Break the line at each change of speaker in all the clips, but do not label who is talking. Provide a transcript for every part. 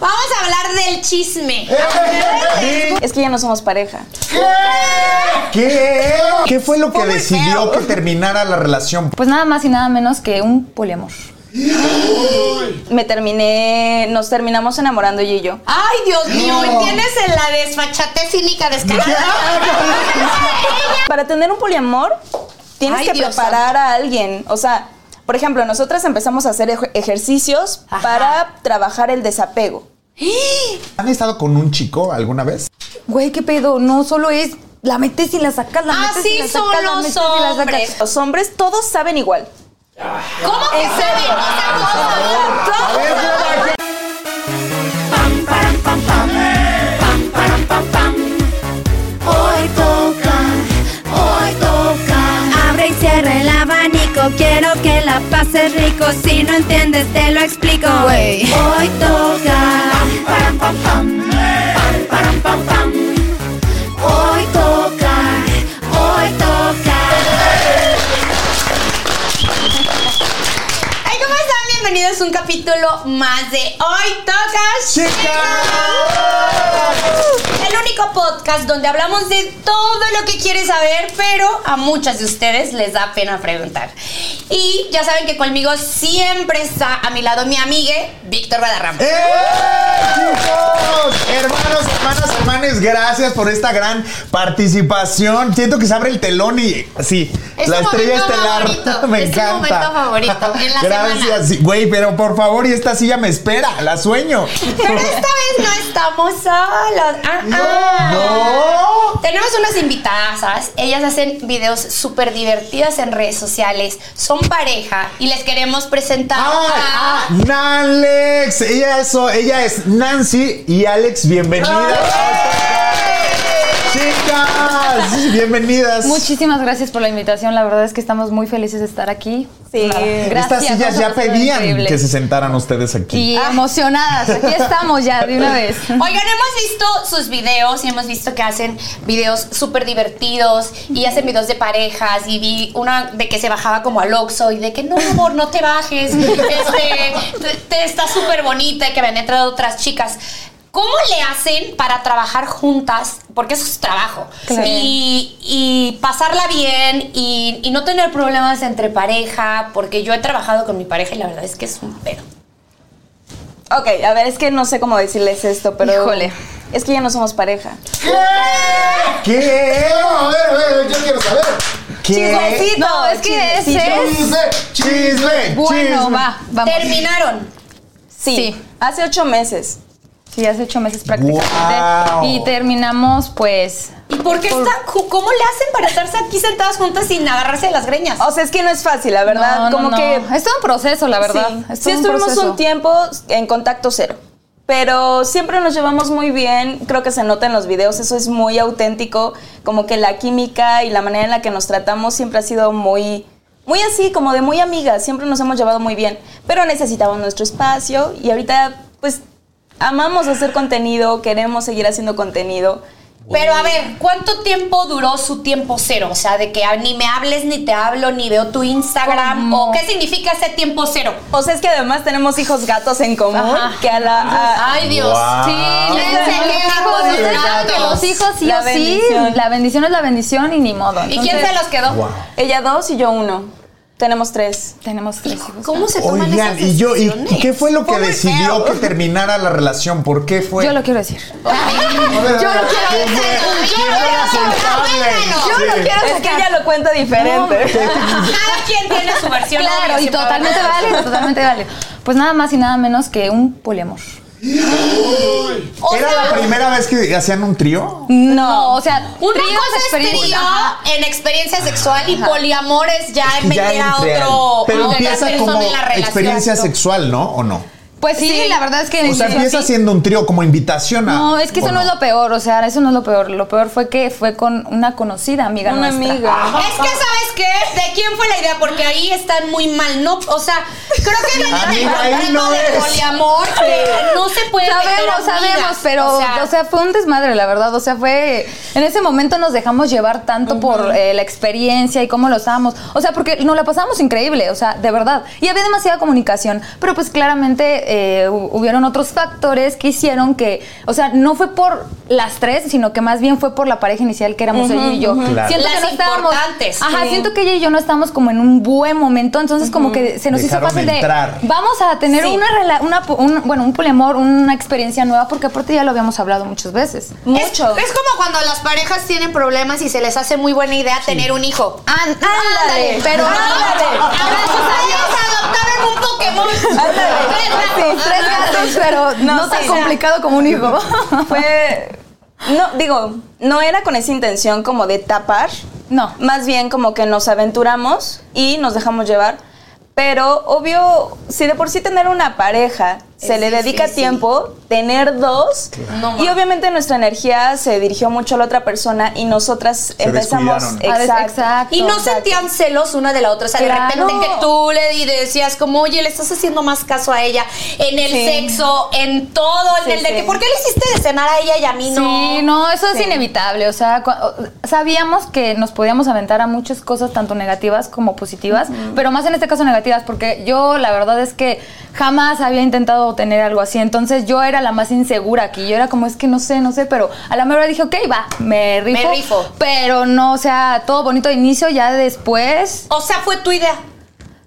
Vamos a hablar del chisme.
Es que ya no somos pareja.
¿Qué? ¿Qué fue lo que
Fue muy
decidió
feo.
que terminara la relación?
Pues nada más y nada menos que un poliamor. Me terminé, nos terminamos enamorando ella y yo.
Ay, Dios mío, hoy tienes en la desfachate cínica descarada.
Para tener un poliamor, tienes
Ay,
que
Dios
preparar a alguien. O sea, por ejemplo, nosotras empezamos a hacer ej- ejercicios
Ajá.
para trabajar el desapego.
¿Han estado con un chico alguna vez?
Güey, qué pedo, no solo es la metes y la sacas, la
Ah,
metes
Así
y la sacas,
son
la
los
metes y la
hombres.
sacas. Los hombres todos saben igual.
¿Cómo que saben? O sea, ¿cómo?
Hoy toca, hoy toca. Abre y cierra el abanico, quiero que la pases rico. Si no entiendes, te lo explico. Hoy toca. Pam, param, pam, pam. Hoy toca, hoy toca.
Ay, ¿cómo están? Bienvenidos a un capítulo más de Hoy Tocas Chicas. El único podcast donde hablamos de todo lo que quieres saber, pero a muchas de ustedes les da pena preguntar. Y ya saben que conmigo siempre está a mi lado mi amigue, Víctor Guadarrama.
¡Eh, chicos! Hermanos, hermanas, hermanes, gracias por esta gran participación. Siento que se abre el telón y sí,
Es
la
tu
estrella
momento
estelar.
favorito,
Me
es tu
encanta.
momento favorito en la semana.
gracias, sí. güey, pero por favor, y esta silla me espera, la sueño.
Pero esta vez no estamos solos. Ah, ah. Tenemos unas invitadas. Ellas hacen videos súper divertidas en redes sociales. Son pareja y les queremos presentar a.
¡Ay! ah, ¡Nalex! Ella, es, ella es Nancy y Alex, bienvenidas. Chicas, bienvenidas.
Muchísimas gracias por la invitación. La verdad es que estamos muy felices de estar aquí.
Sí.
Nada,
Estas
gracias,
sillas ya
nosotros son
pedían
increíbles.
que se sentaran ustedes aquí.
Y emocionadas. Aquí estamos ya de una vez.
Oigan, hemos visto sus videos y hemos visto que hacen videos súper divertidos y hacen videos de parejas y vi una de que se bajaba como al Oxxo y de que no, amor, no te bajes, este, te, te está súper bonita y que me han entrado otras chicas. ¿Cómo le hacen para trabajar juntas? Porque eso es trabajo.
Claro.
Y, y pasarla bien y, y no tener problemas entre pareja, porque yo he trabajado con mi pareja y la verdad es que es un pedo.
Ok, a ver, es que no sé cómo decirles esto, pero.
Híjole.
Es que ya no somos pareja.
¿Qué? A ver, a ver, yo quiero saber. ¿Qué?
Chismecito.
No, es que ese
chismecito.
es-
Chisme, chisme.
Bueno,
chisme.
va, vamos.
Terminaron.
Sí.
Sí.
Hace ocho meses.
Sí, hace ocho meses prácticamente.
Wow.
Y terminamos, pues.
¿Y por qué están, ju- cómo le hacen para estarse aquí sentadas juntas sin agarrarse de las greñas?
Ah,
O sea, es que no es fácil, la verdad.
no, no,
Como
no.
que.
Es todo un proceso, la verdad.
Sí,
Es
Sí
todo un
estuvimos
proceso.
un tiempo en contacto cero. Pero siempre nos llevamos muy bien, creo que se nota en los videos, eso es muy auténtico, como que la química y la manera en la que nos tratamos siempre ha sido muy, muy así, como de muy amigas, siempre nos hemos llevado muy bien, pero necesitábamos nuestro espacio y ahorita pues amamos hacer contenido, queremos seguir haciendo contenido.
Pero a ver, ¿cuánto tiempo duró su tiempo cero? O sea, de que ah, ni me hables, ni te hablo, ni veo tu Instagram.
¿Cómo?
¿O qué significa ese tiempo cero?
O sea, es que además tenemos hijos gatos en común,
Ajá. Ah,
que a la... a-
Ay, Dios.
Guau.
Sí,
Ah.
les
Quédense
damos los
lejos,
hijos. Ustedes
los
saben que
gatos.
los hijos sí
La
o sí.
bendición.
La bendición es la bendición y ni modo.
¿Y quién
Entonces,
se los quedó?
Wow.
ella dos y yo uno. Tenemos tres.
Tenemos tres hijos.
¿Cómo se toman
Oigan,
esas
y yo, ¿y
decisiones?
qué fue lo que
Pobre feo.
decidió que terminara la relación? ¿Por qué fue?
Yo lo quiero decir.
A ver, a ver,
Yo lo
¿qué
quiero decir. Yo lo
fue? ¿Qué fue
quiero
la
decir.
culpable?
Yo
Sí.
lo quiero Es que ella lo cuenta diferente.
Cada quien tiene su versión.
Claro,
obvio,
y
siempre va a haber
totalmente
dos.
válido, totalmente válido. Pues nada más y nada menos que un poliamor.
O
¿Era
sea,
la primera vez que hacían un trío?
No, o sea,
Una
tríos,
cosa es
experiencias,
trío
ajá.
en experiencia sexual y poliamor es ya
Que ya
meter a
entre-
otro a
Pero
otra
empieza
persona
como
en la relación.
experiencia sexual, ¿no? ¿O no?
Pues sí, la verdad es que
O sea,
sí,
empieza
sí.
siendo un trío como invitación a.
No, es que eso no? es lo peor, o sea, eso no es lo peor. Lo peor fue que fue con una conocida amiga
Una
nuestra.
amiga.
Es que, ¿sabes qué? ¿De quién fue la idea? Porque ahí están muy mal. No, o sea, creo que en el
Amiga, ahí
programa
no
de
es.
poliamor que no se puede meter
Sabemos,
amigas.
sabemos, pero, o sea, fue un desmadre, la verdad. O sea, fue. En ese momento nos dejamos llevar tanto por eh, la experiencia y cómo lo estábamos. O sea, porque nos la pasamos increíble, o sea, de verdad. Y había demasiada comunicación, pero pues claramente eh, hu- hubieron otros factores que hicieron que. O sea, no fue por las tres, sino que más bien fue por la pareja inicial que éramos ella y yo.
Claro.
Las importantes.
Ajá,
Sí.
siento que ella y yo no estábamos como en un buen momento, entonces como que se nos
Dejaron
hizo fácil
entrar.
de. Vamos a tener
Sí.
una, rela- una po- un- bueno, un poliamor, una experiencia nueva, porque aparte ya lo habíamos hablado muchas veces.
Es, es como cuando las parejas tienen problemas y se les hace muy buena idea tener un hijo.
An- ándale, pero ándale.
Ahora ustedes adoptaron un Pokémon.
Ándale.
Tres gatos.
Tres gatos, pero no,
No,
tan
sí.
complicado como un hijo.
Fue. No, digo, no era con esa intención como de tapar.
No.
Más bien como que nos aventuramos y nos dejamos llevar. Pero obvio, si de por sí tener una pareja se
Es
le dedica
difícil.
tiempo, tener dos.
No,
y
ma.
obviamente nuestra energía se dirigió mucho a la otra persona y nosotras empezamos.
descuidaron.
A ver,
Exacto.
exacto.
Y no
Exacto.
sentían celos una de la otra. O sea,
Claro.
de repente que tú le di- decías como, oye, le estás haciendo más caso a ella en el
Sí.
sexo, en todo, en
Sí,
el de
sí.
que, ¿por qué le hiciste de cenar a ella y a mí no?
Sí, no, eso es inevitable. O sea, cu- o- sabíamos que nos podíamos aventar a muchas cosas, tanto negativas como positivas, pero más en este caso negativas, porque yo la verdad es que jamás había intentado tener algo así. Entonces yo era la más insegura aquí. Yo era como, es que no sé, no sé, pero a la mera hora dije, ok, va, me rifo.
rifo.
Pero no, o sea, todo bonito de inicio, ya después.
O sea, fue tu idea.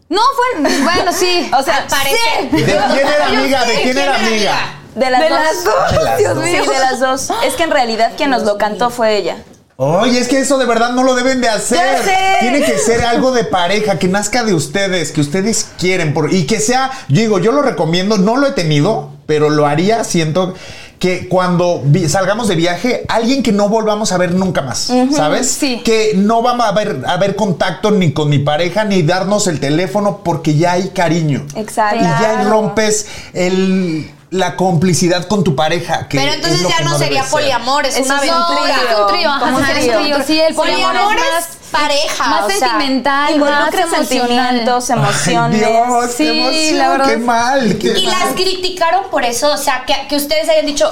No, fue, bueno, sí.
O sea,
Al parecer.
¿De quién era amiga? ¿De quién era amiga?
de las dos.
De las
Dios
dos.
mío. Sí, de las dos. Es que en realidad quien nos lo cantó fue ella.
Oye, es que eso de verdad no lo deben de hacer.
Ya sé.
Tiene que ser algo de pareja, que nazca de ustedes, que ustedes quieren. por- y que sea, yo digo, yo lo recomiendo, no lo he tenido, pero lo haría, siento que cuando vi- salgamos de viaje, alguien que no volvamos a ver nunca más, ¿sabes?
sí.
Que no vamos a haber, a haber contacto ni con mi pareja, ni darnos el teléfono, porque ya hay cariño.
Exacto.
Y ya ahí rompes el, la complicidad con tu pareja. que
Pero
es
entonces
lo
ya
que
no,
debe
sería
ser.
poliamor, es
Eso
una
es un
aventura.
trío.
Es un trío, ajá,
Como
ajá,
un
es un
trío.
trío. Sí, el
Poliamor
poliamor es
es
más,
pareja.
más
o sea,
sentimental, más
Involucra
emocional.
sentimientos, emociones.
Ay, Dios,
Sí,
qué emoción,
la verdad
qué
es-
mal. qué
Y
mal.
las criticaron por eso, o sea, que, que ustedes hayan dicho,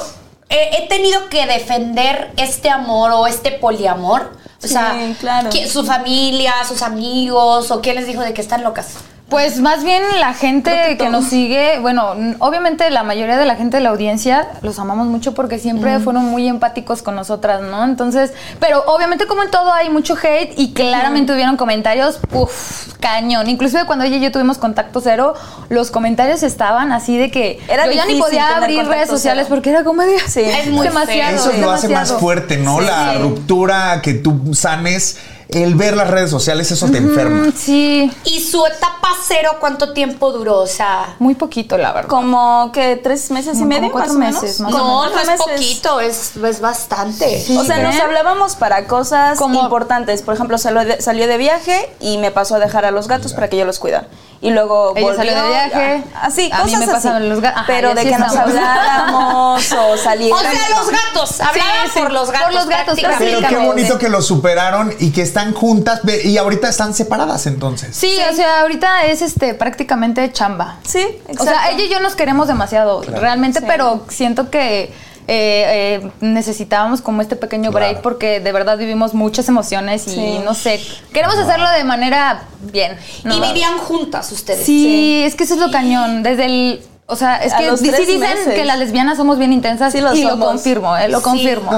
"Eh, he tenido que defender este amor o este poliamor. O
Sí,
sea,
claro.
¿qui- su familia, sus amigos, o quién les dijo de que están locas.
Pues más bien la gente que, nos sigue, bueno, n- obviamente la mayoría de la gente de la audiencia los amamos mucho porque siempre fueron muy empáticos con nosotras, ¿no? Entonces, pero obviamente como en todo hay mucho hate y claramente hubieron comentarios, uff, cañón. Inclusive cuando ella y yo tuvimos contacto cero, los comentarios estaban así de que
Era
yo ya ni
difícil
podía
tener
abrir redes
contacto
sociales
cero.
porque era como de,
Sí. Es
muy
demasiado.
feo.
Eso
es
lo hace más
demasiado.
fuerte, ¿no? La ruptura que tú sanes, el ver las redes sociales, eso te enferma.
Mm, Sí,
¿Y su etapa cero cuánto tiempo duró? O sea,
muy poquito la verdad.
Como que tres meses y
Como
medio,
cuatro
más
meses,
o
más
menos.
o
Como
no, no
cuatro
es
meses.
poquito, es, es bastante.
O sea, nos
¿eh?
hablábamos para cosas
Como-
importantes. Por ejemplo, salió de, salió de viaje y me pasó a dejar a los gatos para que yo los cuidara. Y luego
Ella
volvió,
salió de viaje,
ah, Así,
a mí
cosas
me
así.
pasaban los gatos, ajá,
Pero
y
de
así
que nos
estamos.
habláramos o
o
saliéramos.
sea, los gatos, hablaban
Sí, sí,
por los gatos.
por los gatos,
prácticamente.
Pero qué
prácticamente.
bonito que lo superaron y que están juntas ve- y ahorita están separadas entonces.
Sí, o sea, ahorita es este prácticamente chamba.
Sí, exacto.
O sea, ella y yo nos queremos demasiado, realmente, pero siento que eh, eh, necesitábamos como este pequeño break
Claro.
porque de verdad vivimos muchas emociones y
Sí.
no sé, queremos hacerlo de manera bien. ¿no?
Y vivían juntas ustedes.
Sí, es que eso es lo cañón. Desde el. O sea, es
A
que
los
sí
tres
dicen
meses.
que las lesbianas somos bien intensas
Sí lo
y lo
somos.
confirmo, eh, lo
Sí.
confirmo.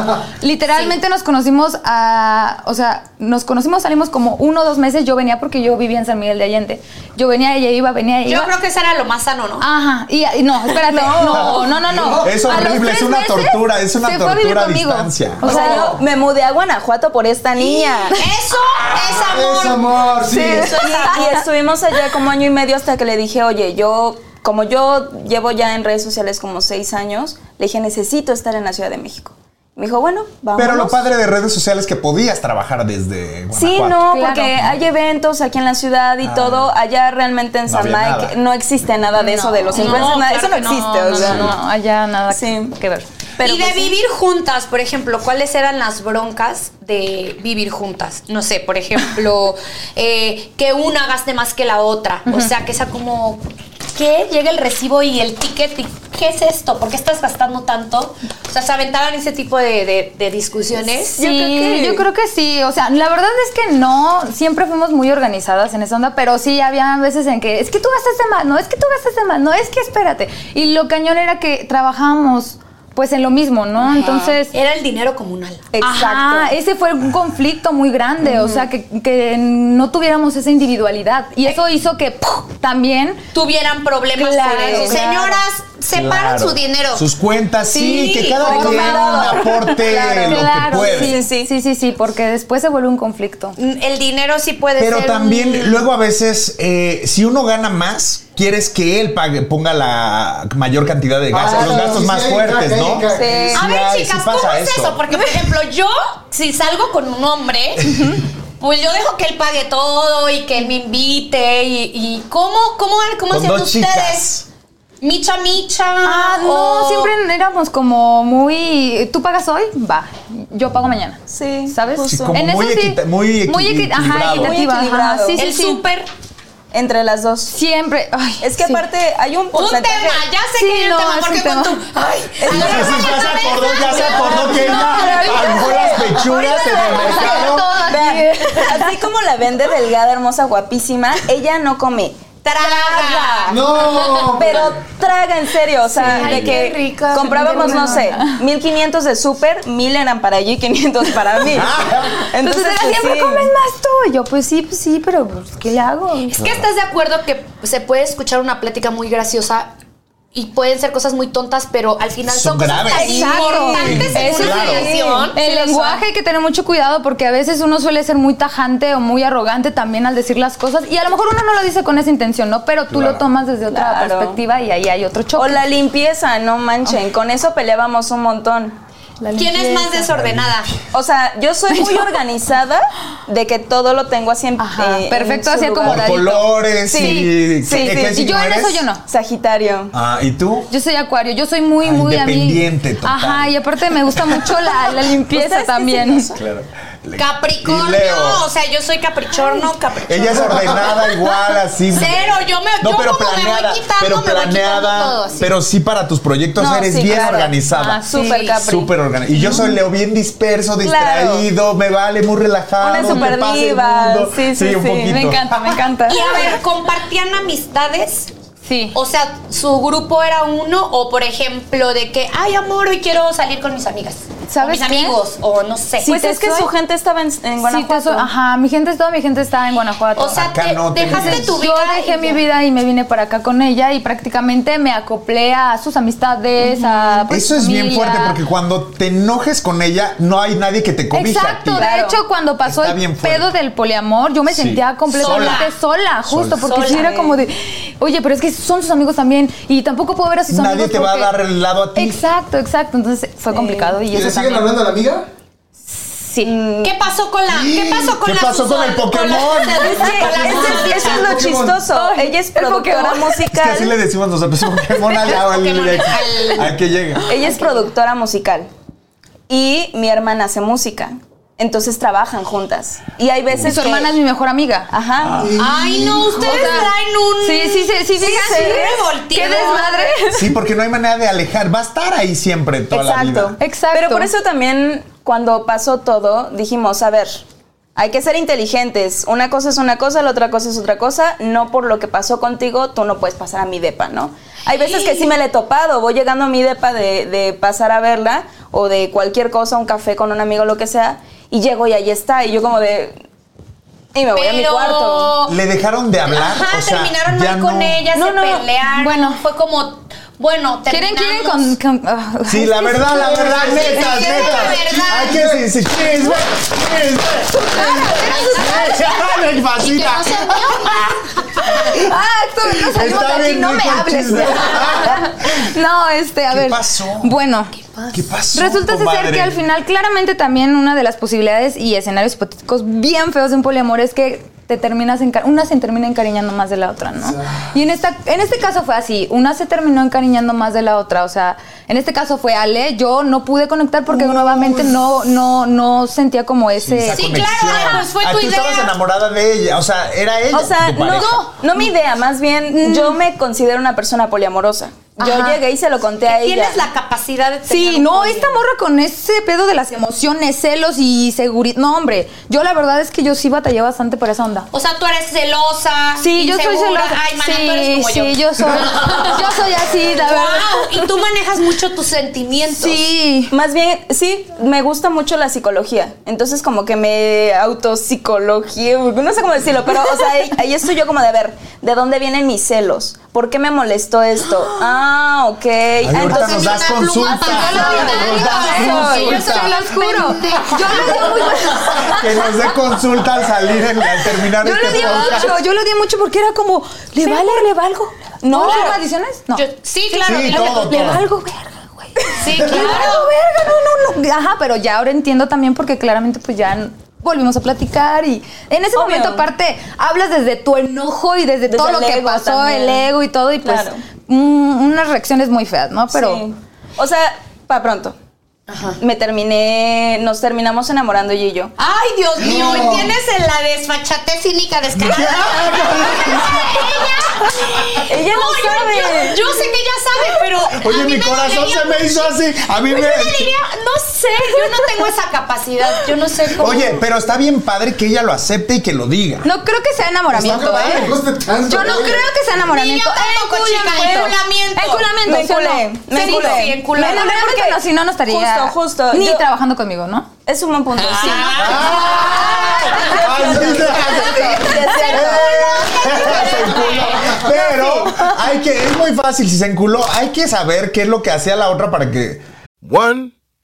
Literalmente nos conocimos a, o sea, nos conocimos, salimos como uno o dos meses, yo venía porque yo vivía en San Miguel de Allende. Yo venía, ella iba, venía, ella
Yo
iba.
creo que eso era lo más sano, ¿no?
Ajá, y, y no, espérate, no, no, no, no.
Es
A los
horrible, es
tres
una
meses
tortura, es una
se fue a vivir
tortura a
conmigo.
distancia.
O sea, yo me mudé a Guanajuato por esta niña.
Eso es amor.
Es amor, sí.
Y, y estuvimos allá como año y medio hasta que le dije, oye, yo, como yo llevo ya en redes sociales como seis años, le dije, necesito estar en la Ciudad de México. Me dijo, bueno, vamos.
Pero lo padre de redes sociales es que podías trabajar desde Guanajuato. Ah.
Sí, no,
Claro.
porque hay eventos aquí en la ciudad y todo. Allá realmente en
No
San
había nada.
Mike no existe nada de eso de los
No,
influencers. nada, eso no
claro que
existe,
no,
o sea.
No, no, allá nada
Sí.
que ver.
Pero
y de
pues sí.
vivir juntas, por ejemplo, ¿cuáles eran las broncas de vivir juntas? No sé, por ejemplo, eh, que una gaste más que la otra. O sea, que sea como, ¿qué? Llega el recibo y el ticket y ¿qué es esto? ¿Por qué estás gastando tanto? O sea, se aventaban ese tipo de, de- de discusiones.
Sí, yo creo, que... sí. O sea, la verdad es que no. Siempre fuimos muy organizadas en esa onda, pero sí había veces en que es que tú gastaste más, no es que tú gastaste más, no es que espérate. Y lo cañón era que trabajábamos pues en lo mismo, ¿no? Entonces.
Era el dinero comunal.
Exacto.
Ajá, ese fue un conflicto muy grande, o sea, que, que no tuviéramos esa individualidad. Y eso
Eh.
hizo que ¡puf! también
Tuvieran problemas
Claro,
por eso.
claro.
Señoras, separen
Claro.
su dinero.
Sus cuentas,
Sí,
sí, que cada quien
recomendado.
aporte
Claro,
lo que puede.
sí, sí, sí, sí, sí, porque después se vuelve un conflicto.
Mm, El dinero sí puede
Pero
ser
también,
un-
luego a veces, eh, si uno gana más, quieres que él pague, ponga la mayor cantidad de gastos,
Ah,
los gastos
sí,
más
sí,
fuertes,
sí,
¿no?
sí, sí.
A ver,
Ay, sí
chicas,
pasa
¿cómo es
eso.
eso? Porque, por ejemplo, yo, si salgo con un hombre, pues yo dejo que él pague todo y que él me invite. ¿Y, y cómo, cómo, cómo
Con
hacían
dos
ustedes?
chicas.
Micha, micha.
Ah, no,
o-
siempre éramos como muy. Tú pagas hoy, va. Yo pago mañana.
Sí,
¿Sabes?
justo. Sí,
como muy equita- muy
muy equi-
equilibrado.
ajá,
Muy
equitativa, ajá,
equilibrado.
sí, sí,
el
sí.
súper.
Entre las dos.
Siempre. ay,
Es que
sí.
aparte hay un
Un
porcentaje.
tema, ya sé
Sí,
que hay un
no,
tema,
es
porque
un
con
tema.
tu. Ay,
Entonces ya se acordó, ya se acordó que ella
ahorita
armó las pechugas en el
Vamos a hacer
mercado.
todo aquí.
Vean, así como la vende delgada, hermosa, guapísima, ella no come.
Traga.
No,
Pero traga en serio, o sea,
Sí,
de
ay,
que
qué rico,
comprábamos,
qué
no sé,
buena.
1500 de súper, 1000 eran para ella y 500 para mí.
Ah.
Entonces, era
pues,
siempre
sí.
comes más tú. Y Yo, pues sí, pues sí, pero pues, ¿qué le hago?
Es que estás de acuerdo que se puede escuchar una plática muy graciosa y pueden ser cosas muy tontas, pero al final son,
Son
cosas
graves.
tan importantes en
Eso
una
claro.
relación.
El lenguaje hay que tener mucho cuidado porque a veces uno suele ser muy tajante o muy arrogante también al decir las cosas y a lo mejor uno no lo dice con esa intención, ¿no? Pero tú
Claro.
lo tomas desde otra
Claro.
perspectiva y ahí hay otro choque.
O la limpieza, no manchen, con eso peleábamos un montón.
La
¿Quién es más
limpieza.
desordenada?
O sea, yo soy muy organizada de que todo lo tengo así en,
Ajá,
eh, en
perfecto,
su
así
lugar.
por
acomodadito.
colores
Sí, sí,
y...
sí.
¿qué
Y
Y
signo
yo en eso
eres?
yo no.
Sagitario.
Ah, ¿y tú?
Yo soy acuario, yo soy muy,
Ah,
muy a mí.
independiente, total.
Ajá, y aparte me gusta mucho la, la
¿Ustedes
limpieza
qué
también.
signos son?
Claro. Y
Capricornio,
Leo.
o sea, yo soy capricornio, capricornio.
Ella es ordenada igual, así.
Cero, yo me-
No,
yo
pero
como me voy
planeada,
quitando,
pero
me voy quitando
planeada,
todo, así.
pero sí para tus proyectos
No,
eres
sí,
bien
claro.
organizada.
Ah, sí.
Súper capri.
Súper organizada. Y yo soy Leo bien disperso,
Claro.
distraído, me vale, muy relajado.
Una
me
super
pasa el
diva.
mundo.
Sí, sí, sí.
un poquito.
Me encanta, me encanta.
Y a ver, ¿compartían amistades?
Eh. Sí.
O sea, ¿su grupo era uno? O, por ejemplo, de que, ay, amor, hoy quiero salir con mis amigas.
¿Sabes
o mis
qué?
amigos, o no sé.
Sí,
Pues
te
es que
soy-
su gente estaba en, en
Sí, te
Guanajuato.
soy- ajá, mi gente, toda mi gente está en Guanajuato.
o sea,
Acá
te-
no
dejaste
tenías.
tu vida.
Yo
y
dejé mi
ya.
vida y me vine para acá con ella y prácticamente me acoplé a sus amistades, a pues,
Eso es bien
familia.
fuerte porque cuando te enojes con ella, no hay nadie que te cobija. a ti.
Exacto, de
Claro.
hecho cuando pasó
Está
el
bien fuerte.
pedo del poliamor, yo me
Sí.
sentía completamente sola, justo,
Sola.
porque si
Sola.
era como de, oye, pero es que son sus amigos también y tampoco puedo ver a sus
Nadie
amigos.
te va a
porque-
dar el lado a ti.
Exacto, exacto, entonces fue complicado y
¿Y
eso
le siguen
también.
hablando a la amiga?
Sí.
¿Qué pasó con la. ¿Qué pasó con
¿Qué
la.
pasó con
Susana?
el
la-
Pokémon?
Es que
con la
ese-
Susana.
eso es lo
Pokémon.
chistoso.
Ay,
Ella es
el Pokémon.
productora
Es que así le
musical.
decimos nosotros Pokémon al, al,
Pokémon al-
al que llega.
Ella es productora musical. Y mi hermana hace música. Entonces trabajan juntas. Y hay
Y
veces
su
que-
hermana es mi mejor amiga.
Ajá.
Ay, no, ustedes
O sea,
traen un.
Sí, sí, sí, sí, fíjate.
Mm. sí,
Qué
revolteado.
desmadre.
Sí, porque no hay manera de alejar. Va a estar ahí siempre toda la vida.
Exacto.
Exacto.
Pero por eso también cuando pasó todo dijimos, a ver, Hay que ser inteligentes. Una cosa es una cosa, la otra cosa es otra cosa. No por lo que pasó contigo, tú no puedes pasar a mi depa, ¿no? Hay veces que sí me la he topado. Voy llegando a mi depa de, de pasar a verla o de cualquier cosa, un café con un amigo, lo que sea. Y llego y ahí está. Y yo como de... Y me voy a mi cuarto.
¿Le dejaron de hablar?
Ajá,
O sea,
terminaron
ya
mal con
no-
ella,
No,
se
no.
pelearon.
Bueno.
fue como, bueno,
¿Quieren, quieren
terminamos.
con...? con- ah,
Sí,
es
la
que
verdad,
sí.
la verdad,
sí,
neta,
la
neta.
verdad.
Hay que decir, chisme, chisme. Ay,
Y que
Pasita.
no se
Ah, esto no salimos de
Está
aquí,
bien
no me
rico el
hables.
chisme.
no, este, a
¿Qué
ver.
pasó?
Bueno.
¿Qué pasó?
Resulta ser
compadre?
que al final, claramente también una de las posibilidades y escenarios hipotéticos bien feos de un poliamor es que te terminas enca- una se termina encariñando más de la otra, ¿no? Y en esta en este caso fue así, una se terminó encariñando más de la otra, o sea, en este caso fue Ale, yo no pude conectar porque nuevamente no no no sentía como ese
Esa
Sí,
conexión.
claro, ajá, pues fue
Ah,
tu
Tú estabas
idea.
enamorada de ella, o sea, era ella.
O sea,
tu pareja.
no, no mi idea, más bien yo me considero una persona poliamorosa. Yo
Ajá.
llegué y se lo conté a ella.
Tienes la capacidad de tener
Sí,
un
no,
novio.
esta morra con ese pedo de las emociones, celos y seguridad. No, hombre, yo la verdad es que yo sí batallé bastante por esa onda.
O sea, tú eres celosa.
Sí, yo soy
insegura.
celosa.
Ay, mana,
sí,
tú eres como
sí, yo. soy. Yo soy así, la verdad.
Wow, y tú manejas mucho tus sentimientos.
Sí.
Más bien, sí, me gusta mucho la psicología. Entonces, como que me autopsicología, no sé cómo decirlo, pero, o sea, ahí, ahí estoy yo como de a ver, ¿de dónde vienen mis celos? ¿Por qué me molestó esto? Ah, ok.
Ay,
Ah,
ahorita nos
entonces,
das
una pluma
consulta.
para
Yo la verdad,
Nos das
yo
consulta.
se los juro. Yo lo di muy-
Que nos dé consulta al salir, en- al terminar
Yo lo
este
di
podcast.
mucho, yo lo di mucho porque era como, ¿le vale o le valgo? ¿No?
Claro.
¿Las adiciones? No.
Yo- sí, claro.
Sí,
es lo que
todo,
tú-
Le
todo.
valgo verga, güey.
Sí,
Le valgo
claro.
verga, no, no, no. Ajá, pero ya ahora entiendo también porque claramente pues ya n- volvimos a platicar y en ese
Obvio.
momento aparte hablas desde tu enojo y desde,
Desde
todo lo
el
que
ego
pasó,
también.
el ego y todo y pues
Claro.
mm, unas reacciones muy feas, ¿no? Pero
Sí. O sea, para pronto. Me terminé, nos terminamos enamorando ella y yo.
Ay, Dios mío, y tienes en la desfachatez cínica descarada.
Ella no, sabe.
Yo sé que ella sabe, pero. a
Oye,
mí
mi
me
corazón
dolería
se me hizo así. A mí
Pues
me.
yo le diría, no sé, yo no tengo esa capacidad, yo no sé cómo.
Oye, pero está bien padre que ella lo acepte y que lo diga.
no creo que sea enamoramiento,
Está
¿eh?
cabrón, me gusta tanto,
Yo no
oye.
creo que sea enamoramiento.
Ni yo tampoco,
Enculamiento.
chica, enculamiento.
Me
Enculamiento, ¿sí o
enculé,
no?
me
Sí,
enculé.
sí, enculé.
Me enamoré
Enamoramiento
porque-
no, si no, no estaría
Justo, justo.
ni
Yo-
trabajando conmigo, ¿no?
Es un buen punto. sí.
Ay, Ah. sí, sí, sí.
Sí, es cierto.
Se enculó. Pero hay que, es muy fácil, si se enculó, hay que saber qué es lo que hacía la otra para que.
One,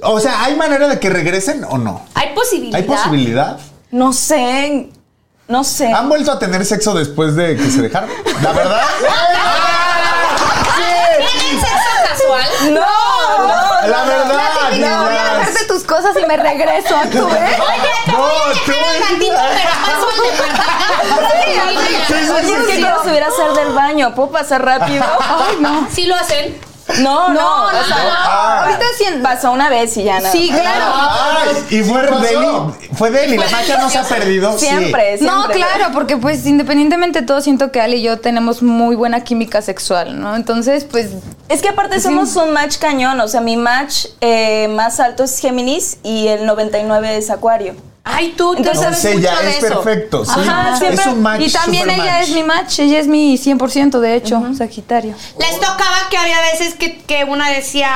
O sea, ¿hay manera de que regresen o no?
Hay posibilidad.
¿Hay posibilidad?
No sé. No sé.
¿Han vuelto a tener sexo después de que se dejaron? ¿La verdad?
¿Tienen sexo casual?
No, no.
La verdad,
Lati,
no
voy a
más.
dejarte tus cosas y me regreso a tu ¿eh? vez.
Oye, te
No,
voy a dejar al
tú-
ratito, pero paso al departamento. Sí,
sí,
oye,
Oye, es que
sí.
quiero subir a hacer del baño. ¿Puedo pasar rápido?
Ay, no.
Sí lo hacen.
No, no.
Ah,
No,
o sea,
no, no.
Ahorita sí-
Pasó una vez y ya no.
Sí, claro.
Ay, y fue Deli. Fue Deli. La magia no se ha perdido. Sí.
Siempre, siempre.
No, claro, porque pues independientemente de todo, siento que Ale y yo tenemos muy buena química sexual, ¿no? Entonces, pues
Es que aparte somos un match cañón. O sea, mi match eh, más alto es Géminis y el 99 es Acuario.
Ay, tú, tú
Entonces,
sabes
Entonces
mucho
ya
de
es
eso.
perfecto. Sí.
Ajá,
es
siempre.
un match.
Y también
supermatch.
ella es mi match, ella es mi 100% de hecho, Sagitario.
Les tocaba que había veces que, que una decía,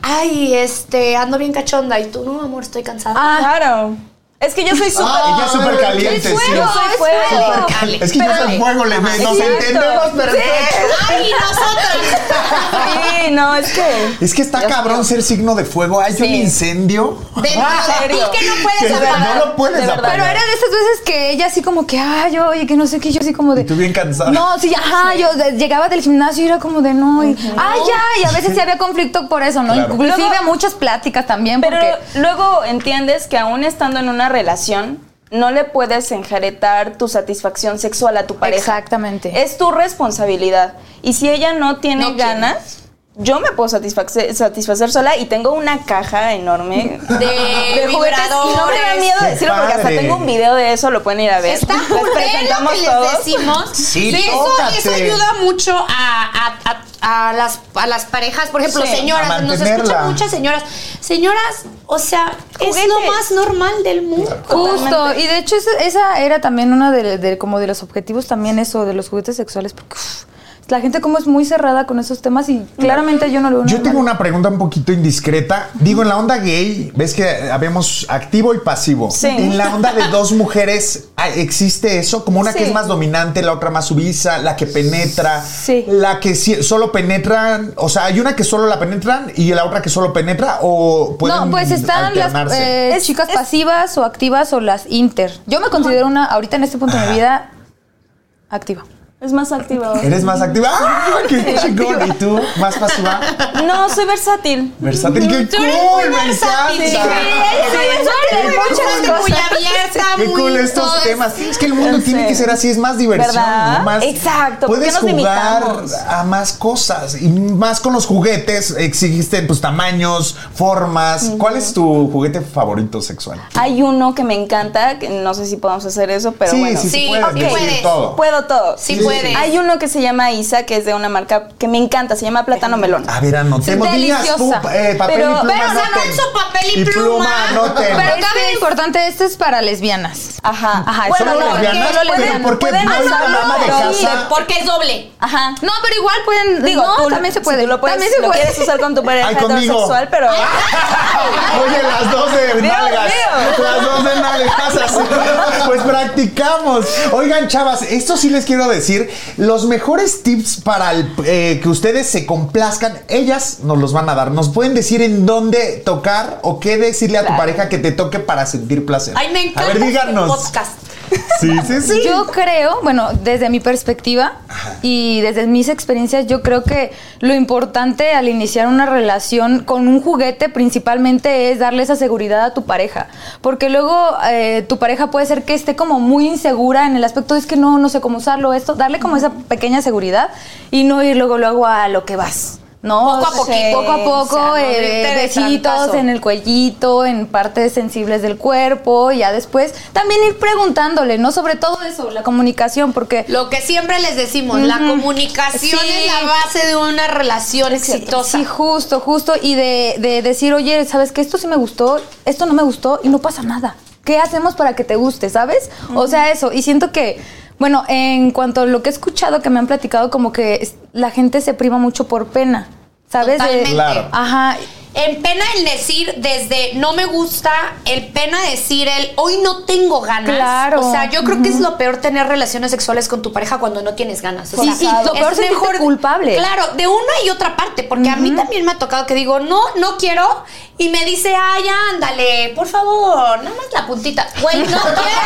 ay, este, ando bien cachonda. Y tú, no, amor, estoy cansada.
Ah. Claro. Es que yo soy súper.
Ah, ella es súper caliente.
fuego,
sí.
Yo soy
es
fuego.
fuego.
Dale,
Es que yo soy
dale.
fuego, le
Ajá,
nos
exacto.
entendemos perfecto.
Ay, nosotras.
Sí, Sí, no, es que.
Es que está cabrón ser signo de fuego. Hay un incendio.
De
¿en
ti
serio?
que no
Que
puedes
no
apagar.
lo puedes
de verdad.
apagar.
Pero era de esas veces que ella así como que, ay, oye, que no sé qué, yo así como de...
Y tú bien cansada.
No, sí, ajá, yo de- llegaba del gimnasio y era como de, no, y, ay, ya, y a veces sí había conflicto por eso, ¿no?
Claro.
Inclusive
Luego-
muchas pláticas también,
Pero
porque...
luego entiendes que aún estando en una relación, no le puedes enjaretar tu satisfacción sexual a tu pareja.
Exactamente.
Es tu responsabilidad. Y si ella no tiene
No quiere.
ganas, yo me puedo satisfacer, satisfacer sola y tengo una caja enorme
De
de juguetes. Y no me da
vibradores.
miedo
Qué
decirlo porque hasta
padre.
tengo un video de eso, lo pueden ir a ver.
Está
Les
culero
presentamos
que
todos.
les decimos.
Sí,
eso,
tócate.
eso ayuda mucho a, a- a- a las, a las parejas, por ejemplo,
Sí,
a
señoras, nos
mantenerla.
escuchan muchas señoras. Señoras, o sea, es lo
Juguetes.
más normal del mundo.
Justo, y de hecho esa, esa era también una de, de- como de los objetivos también eso de los juguetes sexuales, porque uf, la gente como es muy cerrada con esos temas y claramente yo no lo veo
Yo
normal.
tengo una pregunta un poquito indiscreta. Digo, en la onda gay, ves que habíamos activo y pasivo.
Sí.
En la onda de dos mujeres, ah, ¿existe eso? Como una que
Sí.
es más dominante, la otra más sumisa, la que penetra,
Sí.
la que sí- solo penetran, o sea, hay una que solo la penetran y la otra que solo penetra o pueden
No, pues están las
alternarse?
eh,
Es-
chicas
es-
pasivas o activas o las inter. Yo me considero una, ahorita en este punto de mi vida, activa.
Es más activo.
¿Eres más activa? ¡Ah, qué chingón! ¿Y tú? ¿Más pasiva?
No, soy versátil.
Versátil, qué
Tú
cool,
eres muy
me
versátil,
encanta.
sí.
Muchas
Muy
cosas.
abierta,
Qué
muy
cool estos
todo.
temas. Es que el mundo
Ya
tiene
sé.
que ser así, es más diversión,
¿Verdad?
¿no? Más-
Exacto, ¿por qué
Puedes
nos
jugar
limitamos?
a más cosas y más con los juguetes existen pues tamaños, formas. ¿Cuál es tu juguete favorito sexual?
Hay uno que me encanta, que no sé si podemos hacer eso, pero
sí,
bueno.
sí, sí,
Sí,
puedes
ok.
decir
puedes.
todo.
Puedo todo.
Sí puedes.
Hay uno que se llama Isa, que es de una marca que me encanta, se llama Plátano Melón.
A ver, anotemos. Niñas,
Deliciosa.
pu- eh, papel
Pero-
y pluma.
pero no
anoten.
anuncio papel y pluma.
anoten.
Pero
Este-
cabe importante, este es para lesbianas.
Ajá.
Ajá,
Bueno,
solo
no, porque-
lesbianas,
solo
pero
lesbianas.
¿por qué
Pueden
no hay una
hacerlo.
dama de
Sí.
casa?
Porque es doble.
Ajá.
No, pero igual pueden.
Digo,
no,
tú
también se puede.
si tú lo puedes,
también se
lo
puede.
quieres usar con tu pareja
Ay, conmigo.
heterosexual, pero
Oye, las dos de nalgas.
mío.
Las dos de nalgas. Pues practicamos. Oigan, chavas, esto sí les quiero decir. Los mejores tips para el, eh, que ustedes se complazcan, ellas nos los van a dar. Nos pueden decir en dónde tocar o qué decirle a tu pareja que te toque para sentir placer.
Ay, me encanta
A ver,
este
díganos.
podcast.
Sí, sí, sí.
Yo creo, bueno, desde mi perspectiva y desde mis experiencias, yo creo que lo importante al iniciar una relación con un juguete principalmente es darle esa seguridad a tu pareja. Porque luego eh, tu pareja puede ser que esté como muy insegura en el aspecto de es que no, no sé cómo usarlo, esto. Darle como esa pequeña seguridad y no ir luego, luego a lo que vas. No,
Poco a poquito.
Poco a poco,
O sea, no
eh,
irte de
besitos
trancazo.
en el cuellito, en partes sensibles del cuerpo, y ya después también ir preguntándole, ¿no? Sobre todo eso, la comunicación, porque
Lo que siempre les decimos, la comunicación
Sí.
es la base de una relación exitosa.
Sí, justo, justo. Y de, de decir, oye, ¿sabes qué? Esto sí me gustó, esto no me gustó y no pasa nada. ¿Qué hacemos para que te guste, sabes? O sea, eso. Y siento que, bueno, en cuanto a lo que he escuchado, que me han platicado, como que es- la gente se priva mucho por pena, ¿sabes? De-
Totalmente.
Claro.
Ajá.
En pena el decir desde no me gusta, el pena decir el hoy no tengo ganas.
Claro.
O sea, yo creo que es lo peor tener relaciones sexuales con tu pareja cuando no tienes ganas. O
Sí,
sea,
sí, lo peor
es
sentirte
mejor
culpable.
Claro, de una y otra parte, porque a mí también me ha tocado que digo, no, no quiero, y me dice, ay, ándale, por favor, nada más la puntita. Güey, no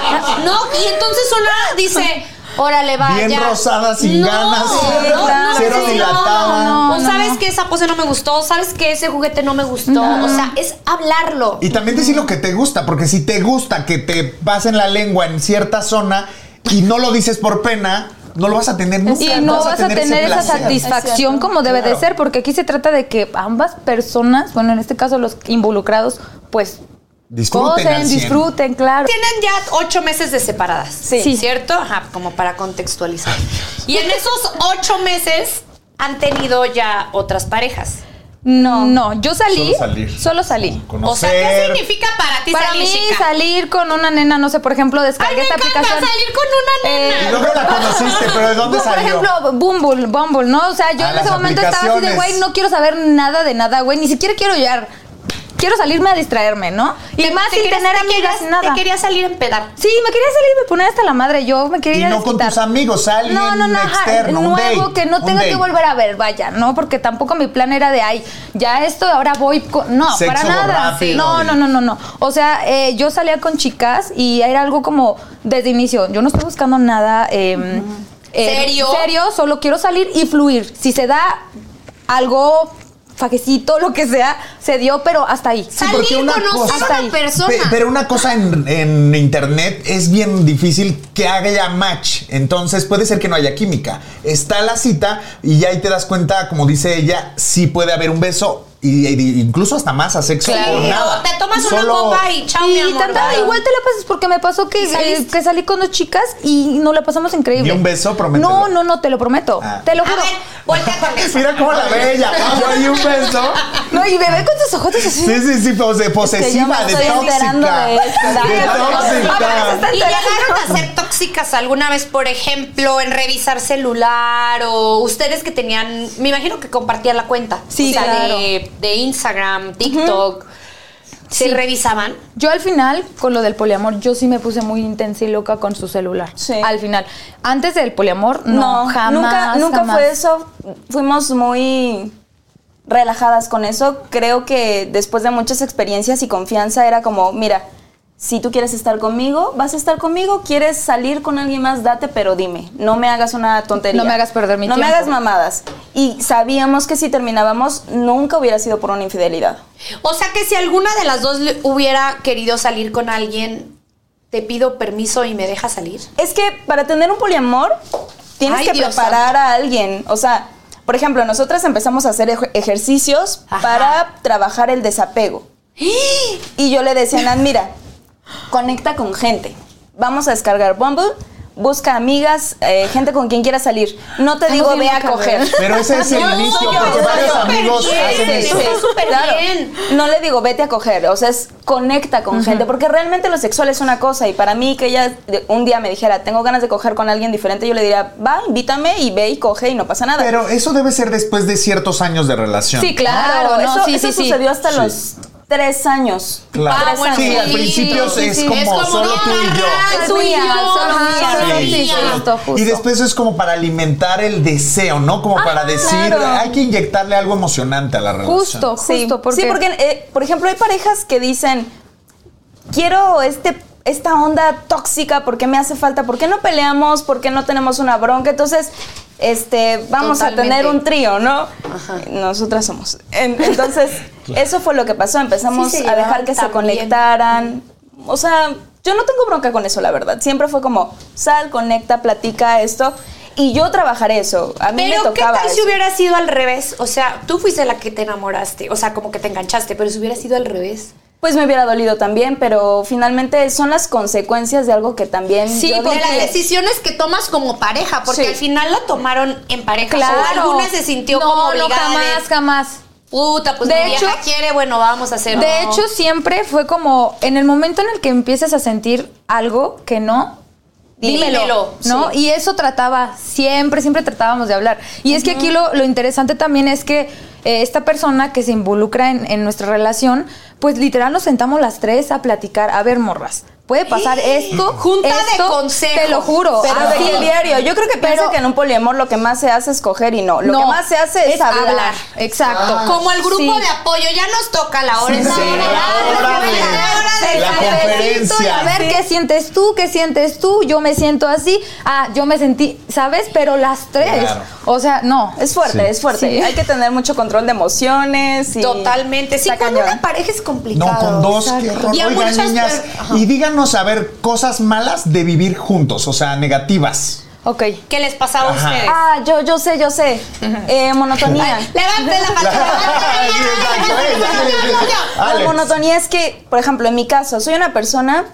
quiero. No, y entonces una dice. Órale, vaya.
Bien rosada, sin ganas,
No, no,
cero
no,
dilatada.
no,
No, no,
¿Sabes
no.
que esa pose no me gustó, sabes que ese juguete no me gustó. O sea, es hablarlo.
Y también decir lo que te gusta, porque si te gusta que te pasen la lengua en cierta zona y no lo dices por pena, no lo vas a tener nunca.
Y no vas a
ese
tener esa
placer.
satisfacción como debe de
Claro.
ser, porque aquí se trata de que ambas personas, bueno, en este caso los involucrados, pues
Disfruten al
gocen,
cien.
disfruten, claro.
Tienen ya ocho meses de separadas.
Sí.
¿Cierto? Ajá, como para contextualizar. Y en esos ocho meses han tenido ya otras parejas.
No, no, yo salí,
Solo salir.
solo salí.
Conocer.
O sea, ¿qué significa para ti
Para
salir,
mí
chica?
salir con una nena, no sé, por ejemplo,
Ay,
descargué
me
esta
encanta
aplicación.
salir con una
Eh,
nena. Ah,
Y luego la conociste, pero ¿de dónde
Bu- Por
salió?
ejemplo, Bumble, Bumble, ¿no? O sea, yo
A
en
las
ese momento estaba así de,
aplicaciones.
güey, no quiero saber nada de nada, güey, ni siquiera quiero llegar. quiero salirme a distraerme, ¿no? Y
Te-
más
te
Ah, sin
querías-
tener
te
amigas
querías-
y nada.
Te quería salir a empedar.
Sí, me quería salir, me ponía hasta la madre. Yo me quería
Y
ir a
no con
desquitar.
tus amigos, alguien
No, no, no, ajá,
externo, un
nuevo
date,
que no
un
tenga que
date.
volver a ver, vaya, no, porque tampoco mi plan era de ay, ya esto, ahora voy, con... no,
Sexo
para nada.
rápido.
No, no, no, no, no. O sea, eh, yo salía con chicas y era algo como desde inicio. Yo no estoy buscando nada. eh, eh,
¿Serio?
Serio, solo quiero salir y fluir. Si se da algo fajecito, lo que sea, se dio, pero hasta ahí.
Sí, porque
Salir,
una
conocer
cosa-
a una persona.
Pe- pero una cosa en, en internet es bien difícil que haya match. Entonces puede ser que no haya química. Está la cita y ya ahí te das cuenta, como dice ella, si puede haber un beso. Y, y- incluso hasta más a sexo
Claro.
o nada.
Te tomas una
Solo-
copa y chao, mi
Y
amor.
tanta
bye.
igual te la pasas porque me pasó que,
¿Y saliste?
eh, que salí con dos chicas y nos la pasamos increíble.
Ni un beso, promételo.
No, no, no, te lo prometo.
Ah.
Te lo
A
juro.
ver, voltea con eso.
Mira cómo la ve ella. Vamos, hay un beso.
No, y bebé con tus ojos así.
Sí, sí, sí, pose-
yo
posesiva,
me
de
estoy enterando
tóxica.
de esto.
De
Dale,
Ah,
vamos, vamos,
tóxica.
está-
¿Y llegaron a ser tóxicas alguna vez, por ejemplo, en revisar celular o ustedes que tenían, me imagino que compartían la cuenta,
Sí,
o sea,
claro.
de, de Instagram, TikTok, se
Sí.
revisaban.
Yo al final, con lo del poliamor, yo sí me puse muy intensa y loca con su celular.
Sí.
Al final. Antes del poliamor, no, jamás.
Nunca, nunca
jamás.
fue eso. Fuimos muy relajadas con eso. Creo que después de muchas experiencias y confianza era como, mira, si tú quieres estar conmigo, vas a estar conmigo, quieres salir con alguien más, date, pero dime, no me hagas una tontería.
No me hagas perder mi
No me
tiempo.
hagas mamadas. Y sabíamos que si terminábamos, nunca hubiera sido por una infidelidad.
O sea que si alguna de las dos le- hubiera querido salir con alguien, te pido permiso y me dejas salir.
Es que para tener un poliamor tienes
Ay,
que
Dios
preparar a alguien. O sea, por ejemplo, nosotras empezamos a hacer ej- ejercicios
Ajá.
para trabajar el desapego. Y yo le decía a Nat, mira, conecta con gente. Vamos a descargar Bumble, busca amigas, eh, gente con quien quieras salir. No te
Estamos
digo
bien
ve a
locas,
coger.
¿verdad?
Pero ese es el
No,
inicio,
yo
porque
estoy
varios
súper
amigos
bien,
hacen
sí,
eso.
sí. está súper bien.
No le digo vete a coger, o sea, es conecta con gente, porque realmente lo sexual es una cosa y para mí que ella de- un día me dijera, tengo ganas de coger con alguien diferente, yo le diría, va, invítame y ve y coge y no pasa nada.
Pero eso debe ser después de ciertos años de relación.
Sí, claro. no,
eso,
sí,
eso
sí, sí.
sucedió hasta
Sí.
los tres años.
Claro.
Ah, bueno,
sí, al
sí,
principio
sí,
es,
sí.
como
Es
como
solo
no
tú y yo.
agarrar,
Solo
Sí,
mía, solo
ajá,
mía,
sí,
sí,
sí.
justo, justo.
Y después es como para alimentar el deseo, ¿no? Como para decir,
claro.
hay que inyectarle algo emocionante a la relación.
Justo,
Sí,
justo. porque,
sí, porque eh, por ejemplo hay parejas que dicen, quiero este, esta onda tóxica, ¿por qué me hace falta? ¿Por qué no peleamos? ¿Por qué no tenemos una bronca? Entonces, este, vamos a tener
Totalmente.
un trío, ¿no? Nosotras somos. En- entonces, eso fue lo que pasó. Empezamos
Sí, se
a dejar
llevaban
que se
tan bien.
conectaran. O sea, yo no tengo bronca con eso, la verdad. Siempre fue como, sal, conecta, platica esto. Y yo trabajaré eso. A mí me
Pero ¿qué
tocaba
tal si
eso.
hubiera sido al revés? O sea, tú fuiste la que te enamoraste, o sea, como que te enganchaste, pero si hubiera sido al revés.
Pues me hubiera dolido también, pero finalmente son las consecuencias de algo que también.
Sí,
yo
por
dije-
las decisiones que tomas como pareja, porque
Sí.
al final la tomaron en pareja.
Claro.
O alguna se sintió
no,
como
No,
obligada. de,
jamás, jamás.
Puta, pues
De
mi vieja
hecho-
quiere, bueno, vamos a hacer.
De
No.
hecho, siempre fue como en el momento en el que empiezas a sentir algo que no. Dímelo,
Dímelo,
¿no?
sí.
Y eso trataba, siempre, siempre tratábamos de hablar. Y es que aquí lo, lo interesante también es que eh, esta persona que se involucra en, en nuestra relación, pues literal nos sentamos las tres a platicar, a ver, morras, puede pasar esto,
Junta de
esto,
consejos.
te lo juro.
Pero
Ah,
de
sí.
qué diario. Yo creo que piensa
Pero-
que en un poliamor lo que más se hace es coger y no. Lo
No,
que más se hace es, hablar.
Exacto.
Ah, Como el grupo
Sí.
de apoyo, ya nos toca la hora.
Sí,
es la
sí,
hora,
la
la hora,
hora de-
la hora de-
la
la
conferencia.
hora de-
A ver, ¿qué sientes tú? ¿Qué sientes tú? Yo me siento así. Ah, yo me sentí, ¿sabes? Pero las tres.
Claro.
O sea, no.
Es fuerte,
Sí.
es fuerte.
Sí.
Hay que tener mucho control de emociones. Y
Totalmente. Sí,
Está
cuando
cañón.
una pareja es complicado.
No, con dos,
exacto.
qué horror.
Y a
Oigan,
muchas
niñas,
per- Ajá.
y díganos, a ver, cosas malas de vivir juntos, o sea, negativas.
Ok.
¿Qué les pasaba a
Ajá.
ustedes?
Ah, yo, yo sé, yo sé. Eh, monotonía.
Levante la mano.
Sí, exacto, eh, dale, dale. Alex.
La monotonía es que, por ejemplo, en mi caso, soy una persona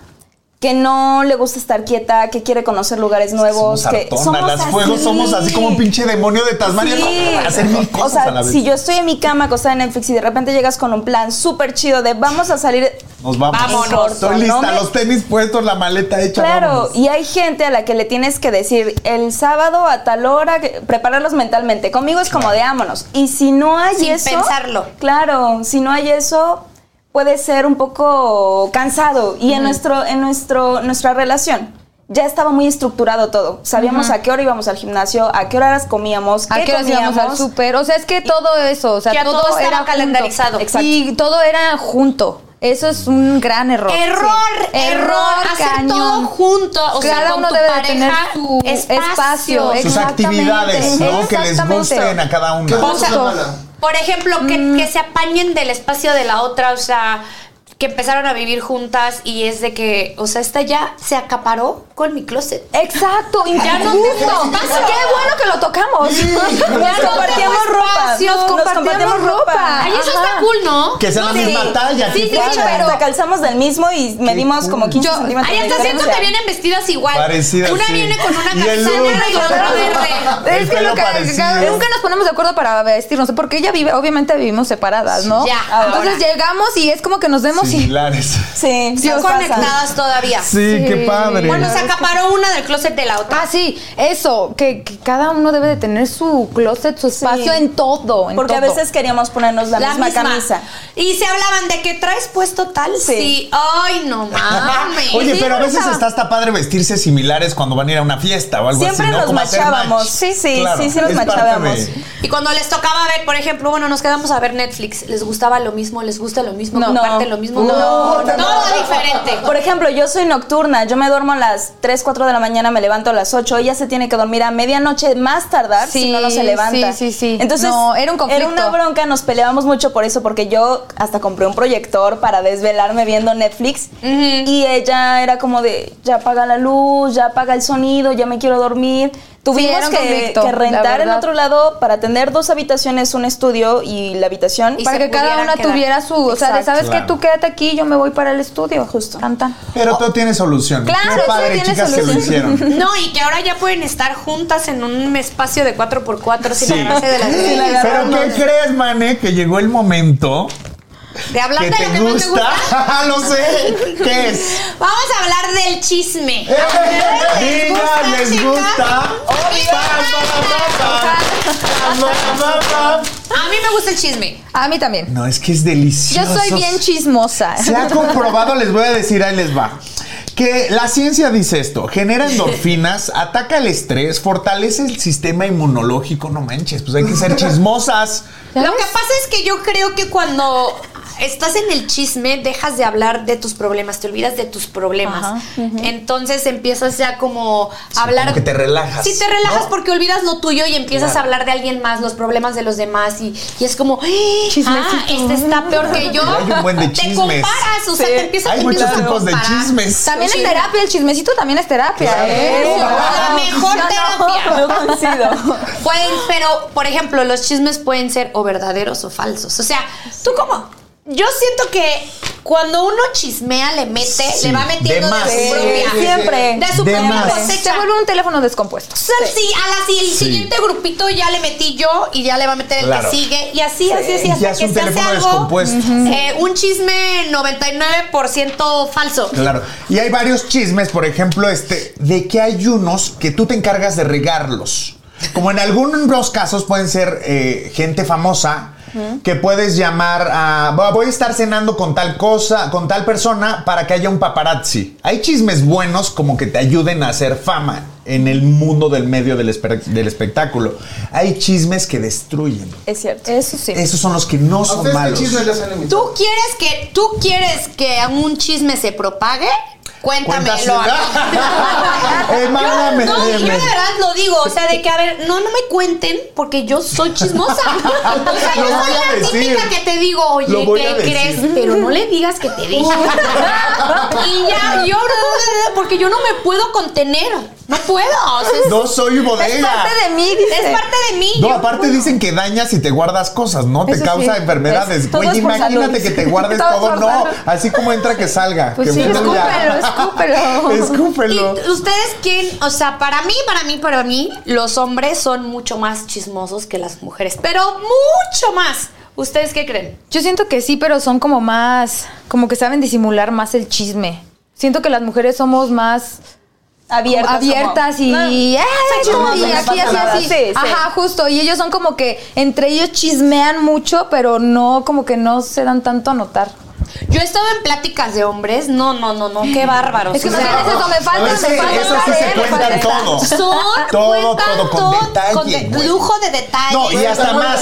que no le gusta estar quieta, que quiere conocer lugares nuevos,
somos
que
hartonas, las fuegos somos así como un pinche demonio de Tasmania.
Sí.
¿no? Hacer mil cosas
o sea,
a la vez.
si yo estoy en mi cama acostada en Netflix y de repente llegas con un plan súper chido de vamos a salir.
Nos vamos.
Vámonos.
Estoy lista,
No me-
los tenis puestos, la maleta hecha.
Claro,
vámonos.
y hay gente a la que le tienes que decir el sábado a tal hora, que- prepararlos mentalmente. Conmigo es como de vámonos. Y si no hay
Sin
eso.
pensarlo.
Claro, si no hay eso, puede ser un poco cansado y en, nuestro, en nuestro, nuestra relación. Ya estaba muy estructurado todo. Sabíamos a qué hora íbamos al gimnasio, a qué horas comíamos,
¿A qué horas íbamos al
comíamos.
súper? O sea, es que todo eso, o sea,
Que a
todo,
todo estaba
era junto.
calendarizado. Exacto.
Y todo era junto. Eso es un gran error.
Error,
Sí.
error, hacer
cañón.
todo junto, o sea,
Cada
con
uno
tu
debe de
pareja,
tener su
espacio.
espacio.
Sus
Sus
exactamente.
actividades, ¿no? Que les
Exactamente.
gusten a cada uno.
O sea, por ejemplo, que, que se apañen del espacio de la otra, o sea, que empezaron a vivir juntas y es de que, o sea, esta ya se acaparó con mi closet.
Exacto,
Ya no tengo
injusto.
espacio.
Qué bueno que lo tocamos.
Ya no
Nos compartíamos
tengo
ropa.
espacio.
Nos compartíamos
compartíamos ropa.
ropa.
Ay, eso
Ajá.
está cool, ¿no?
Que sea
No,
la
sí.
misma talla.
Sí,
qué
sí,
padre.
sí, pero-
Hasta calzamos del mismo y medimos como 15
Yo-
centímetros.
Ay,
de
hasta siento que
diferencia.
vienen vestidas igual.
Parecidas,
una
sí.
viene con una
Y el
camisa
look.
negra y la otra verde.
El
Es que
pelo
nunca,
parecido.
nunca nos ponemos de acuerdo para vestirnos, porque ella vive, obviamente vivimos separadas, ¿no?
Ya,
Entonces
ahora.
llegamos y es como que nos vemos y...
Similares.
Sí, sí
Están
nos pasa.
conectadas todavía.
Sí, qué padre.
Bueno, se acaparó una del closet de la otra.
Ah, sí, eso, que, que cada uno debe de tener su closet, su espacio
Sí.
en todo. en
Porque a
todo.
veces queríamos ponernos la, misma, camisa.
Y se hablaban de que traes puesto tal. Sí.
Sí.
Ay, no mames.
Oye,
Sí,
pero a
no
veces
estaba.
está hasta padre vestirse similares cuando van a ir a una fiesta o algo
Siempre
así. ¿no?
nos
Como hacer
machábamos.
match.
Sí, sí,
Claro,
sí, sí nos
es parte
machábamos.
de-
Y cuando les tocaba ver, por ejemplo, bueno, nos quedamos a ver Netflix. ¿Les gustaba lo mismo? ¿Les gusta lo mismo?
No.
¿Comparte lo mismo?
No, no, no.
Todo diferente.
Por ejemplo, yo soy nocturna, yo me duermo a las 3, 4 de la mañana, me levanto a las 8, ella se tiene que dormir a medianoche más tardar
Sí,
si no, no se levanta.
sí, sí, sí.
Entonces,
No, era un conflicto.
una bronca, nos peleábamos mucho por eso, porque yo hasta compré un proyector para desvelarme viendo Netflix y ella era como de, ya apaga la luz, ya apaga el sonido, ya me quiero dormir. Tuvimos
era un
que,
conflicto,
que
la
rentar en
verdad.
otro lado para tener dos habitaciones, un estudio y la habitación.
Y
para
se
que cada
pudieran
una
quedar.
tuviera su, o sea, de,
Exacto.
sabes
Claro.
que tú quédate aquí, yo me voy para el estudio, justo. Cantan.
Pero todo tiene solución.
Claro,
qué
eso
padre,
tiene
chicas, que lo
solución.
hicieron.
No, y que ahora ya pueden estar juntas en un espacio de 4x4 sin agarrarse de la
Pero ¿qué crees, Mane? Que llegó el momento
De hablar
que
de lo
te
que más te
gusta.
gusta.
Lo sé. ¿Qué es?
Vamos a hablar del chisme.
¡Eh!
¿A ustedes
Diga, les
chicas?
gusta.
Sí, A mí me gusta el chisme.
A mí también.
No, es que es delicioso.
Yo soy bien chismosa.
Se ha comprobado, les voy a decir, ahí les va. Que la ciencia dice esto, genera endorfinas, ataca el estrés, fortalece el sistema inmunológico, no manches, pues hay que ser chismosas.
Lo que pasa es que yo creo que cuando estás en el chisme, dejas de hablar de tus problemas, te olvidas de tus problemas. Entonces empiezas ya como a hablar.
como que te relajas,
Sí, te relajas
¿no?
porque olvidas lo tuyo y empiezas a hablar de alguien más, los problemas de los demás. Y, y es como, "Ah, ah, este está peor que yo.
Hay un buen de
te
chismes.
comparas, o sea, te empiezas
Hay
te
muchos
empiezas a
tipos de
comparar.
chismes.
También es terapia, el chismecito también es terapia. ¿eh?
Eso, la mejor terapia.
No coincido.
Pueden, pero, por ejemplo, los chismes pueden ser o verdaderos o falsos. O sea, tú como. Yo siento que cuando uno chismea, le mete,
Sí,
le va metiendo
de
de,
más.
su propia.
Sí,
siempre.
De su
De
propia
más.
Se
cosecha.
vuelve un teléfono descompuesto.
O sea, sí, a la, si el siguiente grupito ya le metí yo y ya le va a meter el
Claro.
que sigue. Y así, así, así,
Y
hasta
ya es
que
un
se hace
teléfono
algo.
descompuesto.
eh, un chisme 99% falso.
Claro. Y hay varios chismes, por ejemplo, este, de que hay unos que tú te encargas de regarlos. Como en algunos casos pueden ser eh, gente famosa que puedes llamar a "Va- voy a estar cenando con tal cosa, con tal persona para que haya un paparazzi. Hay chismes buenos como que te ayuden a hacer fama en el mundo del medio del, espe- del espectáculo. Hay chismes que destruyen.
Es cierto. Eh,
Eso sí.
Esos son los que no son malos.
¿Tú quieres que tú quieres que un chisme se propague? Cuéntamelo. a mí.
Eh, mándame,
no, yo de
dime.
verdad lo digo, o sea, de que a ver, no, no me cuenten porque yo soy chismosa. O sea, yo
Lo voy a
soy la típica
decir.
que te digo, oye,
Lo voy
¿qué
a decir.
crees? Pero no le digas que te dije. y ya, yo porque yo no me puedo contener, no puedo. o sea, es,
No soy bodega.
Es parte de mí, dice.
es parte de mí.
No,
yo-
aparte dicen que dañas y te guardas cosas, ¿no? Te
Eso
causa
sí.
enfermedades.
Es- todo
Güey,
es por
imagínate
salud.
que te guardes
Todo es
todo.
por
No,
salud.
así como entra que salga.
Pues
que
sí,
fluya.
escúpelo,
escúpelo.
¿Y ustedes quién? O sea, para mí, para mí, para mí, los hombres son mucho más chismosos que las mujeres, pero mucho más. ¿Ustedes qué creen?
Yo siento que sí, pero son como más, como que saben disimular más el chisme. Siento que las mujeres somos más
Abiertas. como-
abiertas y,
No.
"Ay,
chismosas,
tú", y
no
aquí
pasa
así,
nada.
así.
Sí, sí.
Ajá, justo. Y ellos son como que entre ellos chismean mucho, pero no, como que no se dan tanto a notar.
Yo he estado en pláticas de hombres. No, no, no, no. Qué bárbaros.
Es que
O
más
sea,
bien es eso, me
A
falta,
ver,
me
sí,
falta.
eso sí se
me
cuentan
falta.
todo.
Son
Todo, todo, con
todo
detalle,
con de-
güey.
lujo de detalle.
No, y
se
hasta
burlan,
más.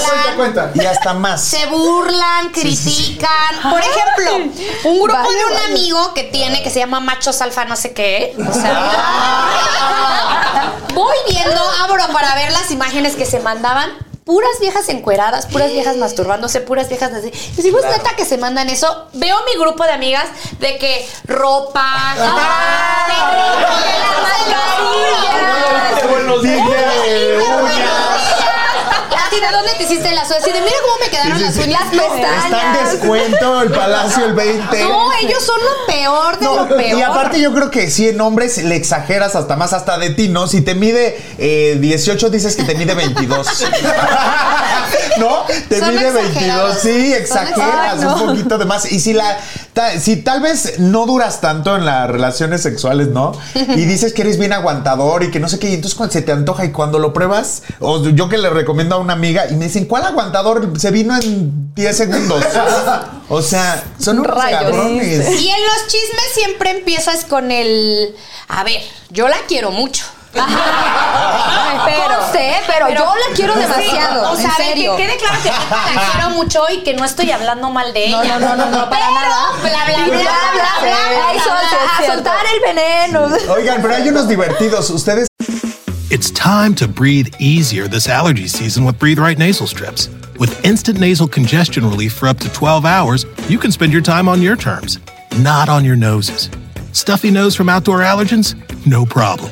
Y hasta más.
Se burlan, critican. Por ejemplo, un grupo de un amigo que tiene que se llama Machos Alfa, no sé qué. O sea, voy viendo, abro para ver las imágenes que se mandaban. Puras viejas encueradas, puras viejas masturbándose, puras viejas así. Y si vos neta que se mandan eso, veo mi grupo de amigas de que ropa,
Qué buenos días.
Así, ¿de dónde te hiciste las uñas? Así de, mira cómo me quedaron
Sí, sí,
las
sí.
uñas.
Está en descuento el Palacio el 20.
No, ellos son lo peor de
No,
lo peor.
y aparte yo creo que si en hombres le exageras hasta más, hasta de ti, ¿no? Si te mide eh, 18, dices que te mide 22. ¿No? Te
Son
mide 22.
exagerados.
Sí,
Son
exageras
exagerados.
un poquito de más. Y si la ta- si tal vez no duras tanto en las relaciones sexuales, ¿no? Y dices que eres bien aguantador y que no sé qué, y entonces cuando se te antoja y cuando lo pruebas, o yo que le recomiendo a una amiga y me dicen, "¿Cuál aguantador se vino en 10 segundos?" O sea, son unos
Rayos.
cabrones.
Y en los chismes siempre empiezas con el. A ver, yo la quiero mucho.
Pero, sé, pero, yo la quiero demasiado.
o sea,
en
a ver,
serio.
que quede claro que la quiero mucho y que no estoy hablando mal de
No,
ella.
no, no, no, no, para
Pero,
nada.
Bla, bla, bla, bla, bla,
Sí.
bla,
Ay,
bla,
sol,
bla.
a soltar el veneno.
Oigan, pero hay unos divertidos. Ustedes
It's time to breathe easier this allergy season with Breathe Right nasal strips. With instant nasal congestion relief for up to 12 hours, you can spend your time on your terms, not on your noses. Stuffy nose from outdoor allergens? No problem.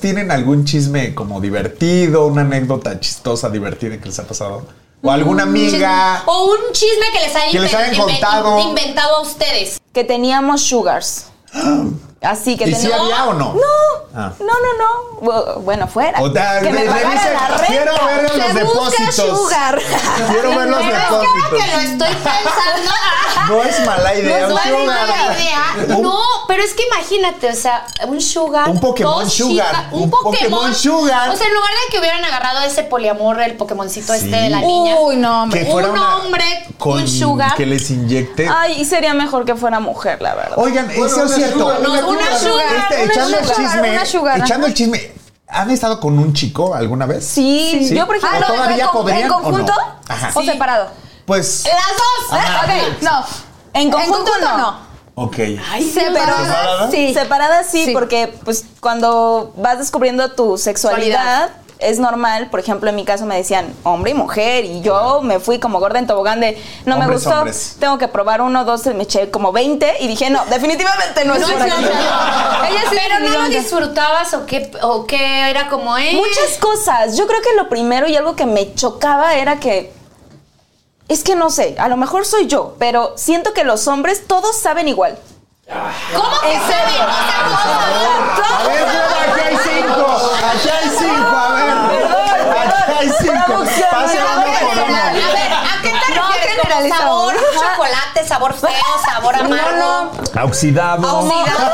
tienen algún chisme como divertido, una anécdota chistosa, divertida que les ha pasado. O alguna amiga.
O un chisme que les hayan,
Que les hayan
inven- inven-
contado.
inventado a ustedes.
Que teníamos sugars. Así que
¿Y si
teníamos.
había o no?
No,
Ah.
no, no, no. Bu- Bueno, fuera.
O sea,
que me
re-
pagaran
revisen-
la renta.
quiero ver en los
Se busca
depósitos.
sugar.
Quiero ver los
Pero es que ahora que lo
depósitos.
estoy pensando.
No es mala idea.
No,
un
es
sugar.
mala idea.
Un-
No, pero es que imagínate, o sea, un sugar.
Un Pokémon
dos
sugar,
chicas,
un
Un
Pokémon
Pokémon
sugar.
O sea, en lugar de que hubieran agarrado ese poliamor, el Pokémoncito
Sí.
este de la niña.
Uy, no, hombre.
que fuera
un
una-
hombre,
con
un sugar.
Que les inyecte.
Ay, y sería mejor que fuera mujer, la verdad.
Oigan, eso es cierto.
no, una sugar,
Este,
una
echando
sugar,
el chisme.
una sugar, ajá.
Echando el chisme. ¿Han estado con un chico alguna vez?
Sí,
Sí.
yo por ejemplo.
Ah, no, ¿Todavía
¿en con-
podrían
¿En
o no?
conjunto
Ajá.
o
Sí.
separado?
Pues.
eh,
Las dos. Ok, no.
En conjunto, no.
Ok.
Separadas,
¿Separada?
sí.
Separada sí,
Sí.
porque pues cuando vas descubriendo tu sexualidad, es normal, por ejemplo, en mi caso me decían hombre y mujer y yo me fui como gorda en tobogán de no me
Hombres,
gustó,
hombres.
tengo que probar uno, dos, tres, me eché como 20 y dije, no, definitivamente no, es por aquí".
Ella sí
pero no lo
decidió.
disfrutabas o qué, o qué era como eh.
Muchas cosas. Yo creo que lo primero y algo que me chocaba era que. Es que no sé, a lo mejor soy yo, pero siento que los hombres todos saben igual.
¿Cómo que saben esa cosa?
A ver, aquí hay cinco. Aquí hay cinco. A ver. Aquí hay cinco. Pase uno por
A
uno.
ver, ¿a qué te
No
refieres? ¿Como
generalizamos.
sabor, chocolate, sabor feo, sabor amargo.
no.
A Oxidado.
Oh, Oxidado.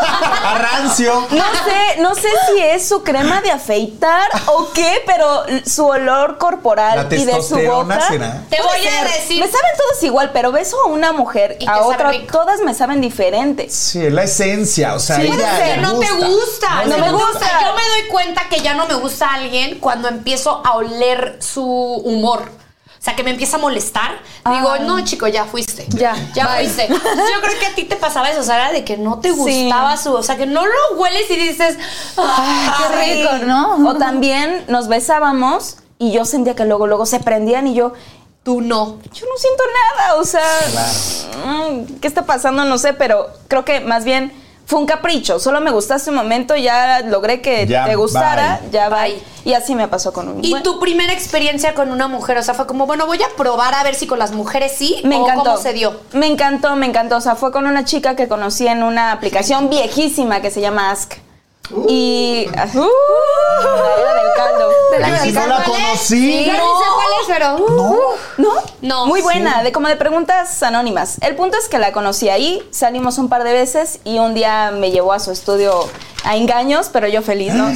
A rancio.
No sé, no sé si es su crema de afeitar o qué, pero su olor corporal
La
y de su
testosterona
boca.
será.
Te
Puede
voy a decir-
Me saben todos igual, pero beso a una mujer,
Y te
a
sabe
otra,
rico.
todas me saben diferente.
Sí, es la esencia. O sea,
Sí,
ella
puede
le
ser,
no te gusta.
No
o sea,
me
te
gusta.
Yo me doy cuenta que ya no me gusta alguien cuando empiezo a oler su humor. O sea, que me empieza a molestar. Digo, no, chico, ya fuiste.
Ya,
ya
bye.
fuiste. Yo creo que a ti te pasaba eso, Sara, de que no te
Sí.
gustaba su. O sea, que no lo hueles y dices, ay,
qué
rico.
rico, ¿no?
O también nos besábamos y yo sentía que luego, luego se prendían y yo.
tú no.
yo no siento nada, o sea, mm, ¿qué está pasando? No sé, pero creo que más bien fue un capricho. Solo me gustaste un momento, ya logré que
Ya,
te gustara,
bye.
ya va.
Bye.
Y así me pasó con un.
Y
buen-
tu primera experiencia con una mujer, o sea, fue como, bueno, voy a probar a ver si con las mujeres sí
me
o
encantó.
cómo se dio.
Me encantó, me encantó. O sea, fue con una chica que conocí en una aplicación viejísima que se llama Ask. Y.
Uh.
la del caldo.
La
Y si no
del
la
caldo.
conocí.
Ya
No.
ni sé cuál es, pero. uh, uh.
¿No?
No.
Muy buena, de como de preguntas anónimas. El punto es que la conocí ahí, salimos un par de veces y un día me llevó a su estudio a engaños, pero yo feliz, ¿no?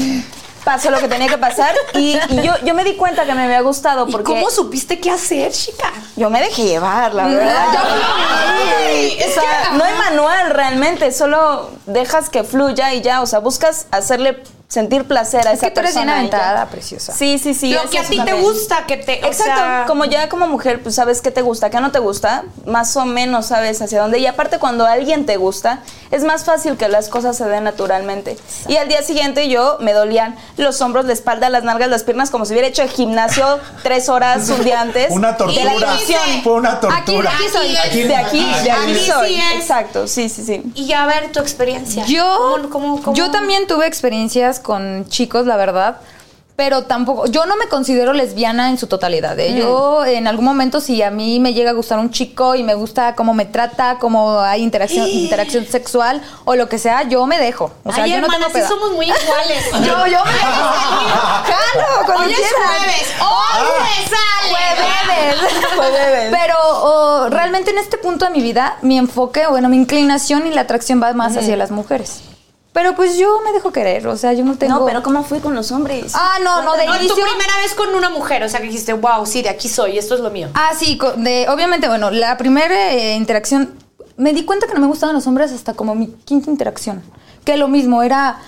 Pasó lo que tenía que pasar y, y yo, yo me di cuenta que me había gustado
¿Y
porque
cómo supiste qué hacer, chica?
yo me dejé llevar, la verdad.
yo también.
O sea, no hay manual realmente, solo dejas que fluya y ya, o sea, buscas hacerle sentir placer a
Es
esa persona. ¿eh?
que tú eres bien
y ya.
aventada, preciosa.
Sí, sí, sí.
Lo
ese
que a
es
ti
un
te
papel.
gusta, que te. o
Exacto,
sea,
como ya como mujer, pues sabes qué te gusta, qué no te gusta, más o menos sabes hacia dónde. Y aparte cuando alguien te gusta, es más fácil que las cosas se den naturalmente. Y al día siguiente yo me dolían los hombros, la espalda, las nalgas, las piernas, como si hubiera hecho gimnasio tres horas un día antes. De
Una
la
tortura.
inyección.
Fue una tortura.
aquí soy.
Aquí-
De aquí, de aquí
Aquí sí
soy.
es.
Exacto, sí, sí, sí.
Y a ver tu experiencia.
Yo,
¿Cómo- cómo- cómo?
yo también tuve experiencias con chicos, la verdad. Pero tampoco, yo no me considero lesbiana en su totalidad.
Mm.
¿eh? Yo en algún momento si a mí me llega a gustar un chico y me gusta cómo me trata, cómo hay interacción, interacción sexual o lo que sea, yo me dejo. O sea,
Ay,
yo no
hermana,
tengo
sí
peda.
somos muy iguales.
Yo, yo me Claro, cuando
Hoy es
quieran.
jueves.
Ah.
Hoy me sale.
Jueves.
Jueves.
Pero oh, realmente en este punto de mi vida, mi enfoque, bueno, mi inclinación y la atracción va más hacia las mujeres. Pero pues yo me dejo querer, o sea, yo no tengo.
No, pero ¿cómo fui con los hombres?
Ah, no, no, de
No, tu
inicio.
primera vez con una mujer, o sea, que dijiste, wow, sí, de aquí soy, esto es lo mío.
Ah, sí, co- de, obviamente, bueno, la primera eh, interacción. Me di cuenta que no me gustaban los hombres hasta como mi quinta interacción. Que lo mismo, era.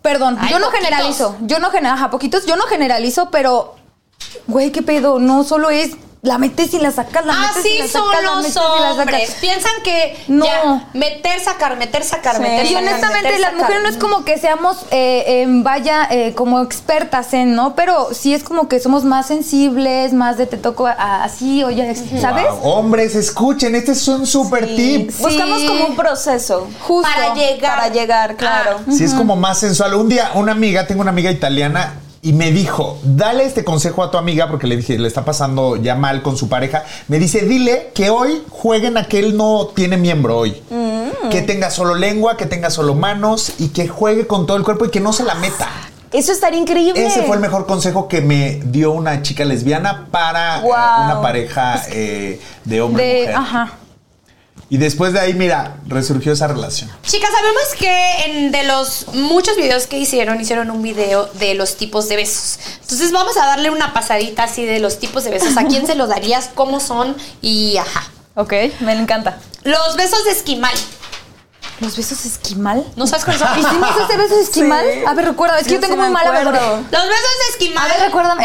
Perdón,
Ay,
yo no
poquitos.
generalizo. Yo no generalizo. Ajá, poquitos. Yo no generalizo, pero. Güey, qué pedo. No solo es. La metes y la sacas, la metes y
Así
la sacas.
son
la
los
metes y la
Ah, hombres.
sacas.
Piensan que
No.
ya, meter, sacar, meter, sacar,
Sí.
meter,
Y
sacar,
honestamente,
meter,
las
sacar.
mujeres no es como que seamos, eh, em, vaya, eh, como expertas en, ¿no? Pero sí es como que somos más sensibles, más de te toco a- a- así, oye, ¿sabes?
Wow, Hombres, escuchen, este es un super tip.
Sí.
Buscamos como un proceso.
Justo.
Para llegar.
Para llegar, claro.
Si es como más sensual. Un día, una amiga, tengo una amiga italiana y me dijo, dale este consejo a tu amiga porque le dije, le está pasando ya mal con su pareja. Me dice, dile que hoy jueguen a que él no tiene miembro hoy.
Mm.
Que tenga solo lengua, que tenga solo manos y que juegue con todo el cuerpo y que no se la meta.
Eso estaría increíble.
Ese fue el mejor consejo que me dio una chica lesbiana para eh,
Wow.
una pareja eh, de hombre y
De, ah.
mujer.
ajá.
Y después de ahí, mira, resurgió esa relación.
Chicas, sabemos que en de los muchos videos que hicieron, hicieron un video de los tipos de besos. Entonces vamos a darle una pasadita así de los tipos de besos. ¿A quién se los darías? ¿Cómo son? Y ajá.
Ok, me encanta.
Los besos de esquimal.
¿Los besos esquimal?
¿No sabes cuáles son?
¿Hicimos ese beso de esquimal?
Sí.
A ver, recuerda, es que
Yo
yo, tengo
sí me
muy mala
acuerdo.
memoria.
Los besos de
A
esquimal.
ver, recuérdame.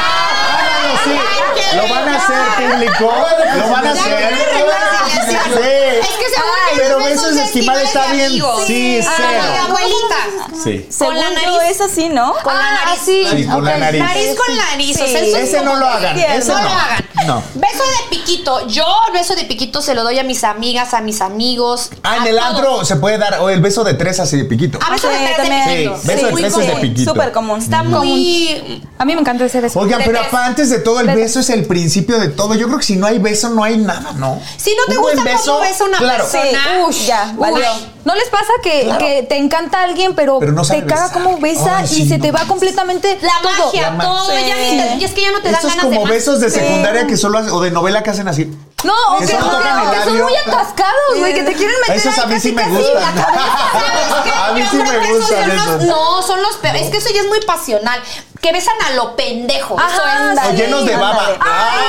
Háganlo, sí.
Ay, qué
Lo van a hacer
lindo.
público. Lo van a
Ya
hacer.
quiere reconciliación.
Sí.
Es que según que
pero
los
besos de esquimal
es de
está bien.
amigos.
Sí,
Ah, de
cero.
abuelita.
Sí.
Según
Con la
yo
nariz.
es así, ¿no?
Con la
Ah,
nariz.
sí.
Sí, con la
ok.
nariz.
Nariz con nariz. o sea,
Sí.
eso es
Ese
como
no lo
de-
hagan.
tierno.
Ese
no,
no.
lo hagan.
No.
Beso de piquito. Yo el beso de piquito se lo doy a mis amigas, a mis amigos.
Ah, en
a
el
todos.
antro se puede dar o el beso de tres así de piquito.
A beso de
Sí,
tres
también.
de
Sí,
piquito.
beso,
muy
beso de
común.
piquito.
Súper común.
Está muy.
A mí me encanta ese beso.
Oigan,
de
pero
tres.
pa- antes de todo, el beso es el principio de todo. Yo creo que si no hay beso, no hay nada, ¿no?
Si no te
Un buen
gusta cómo besa una
claro.
persona.
Sí, uy, ya, valió.
Uy.
¿No les pasa que, que te encanta alguien, pero,
Pero no sabe
te caga
besar?
cómo besa
Ay,
y
sí,
se
no
te va
manches.
completamente
La
todo?
magia,
La
todo.
magia.
ya ni te- y es que ya no te dan
Estos
ganas
como
de más.
besos de secundaria que solo hacen- o de novela que hacen así.
No, o
Que
que,
solo
no,
tocan el
que son
labio.
muy atascados, güey, que te quieren meter
Esos
ahí
a mí sí
casi,
me
casi
gustan.
la cabeza.
Es que
A mí
yo
sí
creo
me
que esos
gustan
son los-
esos.
No, son los peores. Es que eso ya es muy pasional. Que besan a lo pendejo.
Ajá,
Eso es-
O
Ándale,
llenos de baba.
ándale.
¡Ay!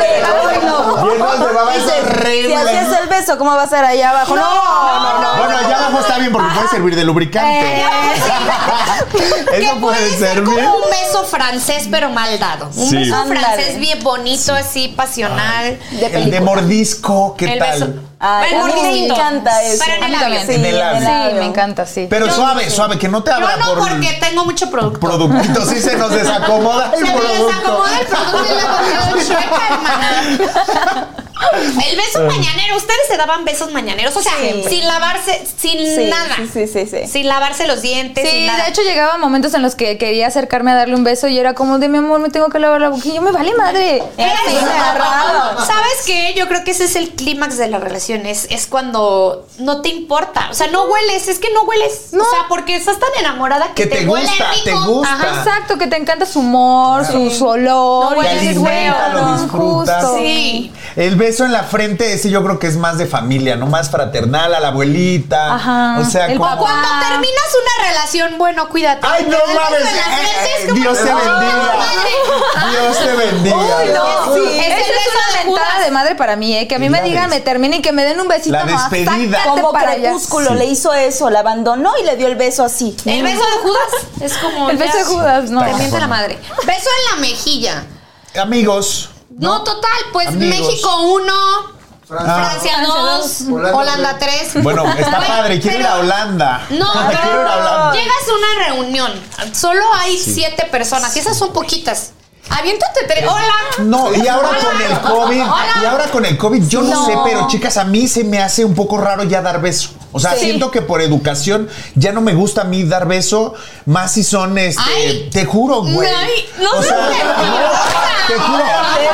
Ay, no.
Llenos de baba, es
Ah, Si
horrible.
así es el beso, ¿cómo va a ser allá abajo? No, no, no.
Bueno, allá abajo está bien porque puede servir de
Eh,
lubricante.
Que
Eso puede servir.
como un beso francés, pero mal dado. Un
Sí.
beso
Ándale.
francés bien bonito, así pasional.
El de mordisco, ¿qué
El
tal?
beso.
Ay,
el
a mí me
mordisquito.
encanta eso.
Pero en el
A mí
labio.
también.
Sí,
En el labio.
Sí, me encanta, sí.
Pero suave, suave, que no te abra
Yo no,
por
porque tengo mucho producto.
productito. Sí se nos desacomoda el
Se me
producto.
desacomoda el producto en la comida del show. Deja, hermana. El beso mañanero, ustedes se daban besos mañaneros, o sea,
Sí.
sin lavarse, sin
Sí,
nada.
sí, sí, sí, sí.
Sin lavarse los dientes, sin
Sí,
nada.
de hecho llegaba momentos en los que quería acercarme a darle un beso y era como de mi amor, me tengo que lavar la boca y yo me vale madre.
Era
Sí,
eso.
me agarraba.
¿Sabes qué? Yo creo que ese es el clímax de la relación. Es, es cuando no te importa. O sea, no hueles. Es que no hueles. O sea, porque estás tan enamorada que,
Que te
huele
gusta,
rico.
te gusta.
Ajá.
Exacto, que te encanta su humor, sus olores,
No,
no,
Te
hueles
alimenta,
feo,
lo
¿no?
disfrutas.
Justo.
Sí.
El beso en la frente, ese yo creo que es más de familia, ¿no? Más fraternal, a la abuelita.
Ajá.
O sea,
El
como-
papá.
Cuando terminas una relación, bueno, cuídate.
¡Ay, no
Te das
mames!
beso en las
Eh,
frentes,
eh,
como
Dios
que,
te
¡ay,
bendiga!
madre!
Dios te bendiga.
Uy, no,
Sí,
sí.
es
Esa
el beso de
es, una
Judas.
mentada de madre para mí, ¿eh? Que a mí
Y
me
la
digan,
des-
me terminen y que me den un besito.
La
no,
despedida.
sácate
Como
para allá.
crepúsculo, le hizo eso, la abandonó y le dio el beso así.
El beso de Judas es como.
El
ya,
beso de Judas, no.
Te miente la madre. Beso en la mejilla.
Amigos.
No, total, pues
Amigos.
México 1,
Ah.
Francia 2, Holanda 3.
Bueno, está padre. Quiero ir a Holanda.
No,
Quiero ir a Holanda.
llegas a una reunión, solo hay siete personas y esas son poquitas. Aviéntate tres. Hola.
Eh, No, y ahora
Hola.
con el COVID,
Hola.
y ahora con el COVID, yo no,
No.
sé, pero chicas, a mí se me hace un poco raro ya dar beso. O sea,
Sí.
siento que por educación ya no me gusta a mí dar beso, más si son este,
Ay.
te juro, güey.
Ay, no
O
sé
sea,
qué.
no, te juro.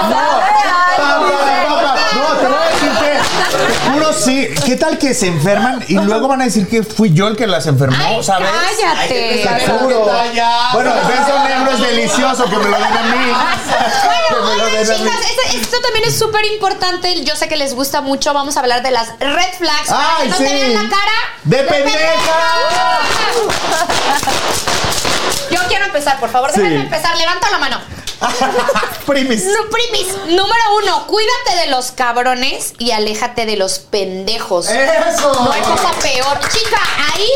No, pa, pa, pa, pa. No, te voy a decir que, te juro sí. ¿Qué tal que se enferman y luego van a decir que fui yo el que las enfermó, sabes?
Eh,
Cállate.
Te juro. Bueno, el beso negro es delicioso, que me lo den a mí. Que
Bueno,
me lo
oigan,
den a mí.
chicas, este- esto también es súper importante. Yo sé que les gusta mucho. Vamos a hablar de las red flags. para que
¡Ay,
no
sí!
tengan la cara
¡De pendeja!
Yo quiero empezar, por favor,
Sí.
déjenme empezar. Levanta la mano.
Primis.
No, primis, número uno, cuídate de los cabrones y aléjate de los pendejos.
Eh.
No
¡Eso!
hay cosa peor. Chica, ahí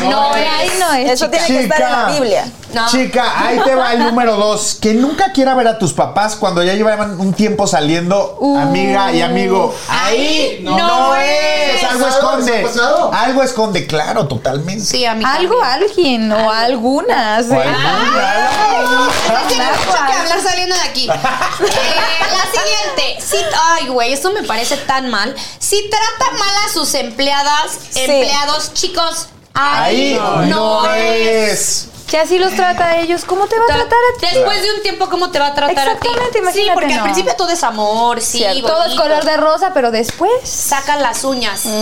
no, es.
Ahí no eh, es.
Eso tiene que estar en la Biblia.
No.
Chica, ahí te va el número dos. Que nunca quiera ver a tus papás cuando ya llevan un tiempo saliendo,
Uh.
amiga y amigo. Ahí no, es. Algo esconde. Algo esconde, claro, totalmente.
Sí, a mí
Algo,
también.
alguien o algunas.
O alguna.
Ay, tiene mucho que hablar saliendo de aquí. Eh, la siguiente. Si, ay, güey, esto me parece tan mal. Si trata mal a sus empleadas, empleados, chicos,
Ahí no, es.
Que así los trata a ellos. ¿Cómo te va a tratar a ti?
Después de un tiempo, ¿cómo te va a tratar a ti?
Exactamente,
Sí,
imagínate,
porque al
no.
principio todo es amor, sí,
Todo es
bonito.
color de rosa, pero después.
Sacan las uñas.
¡No!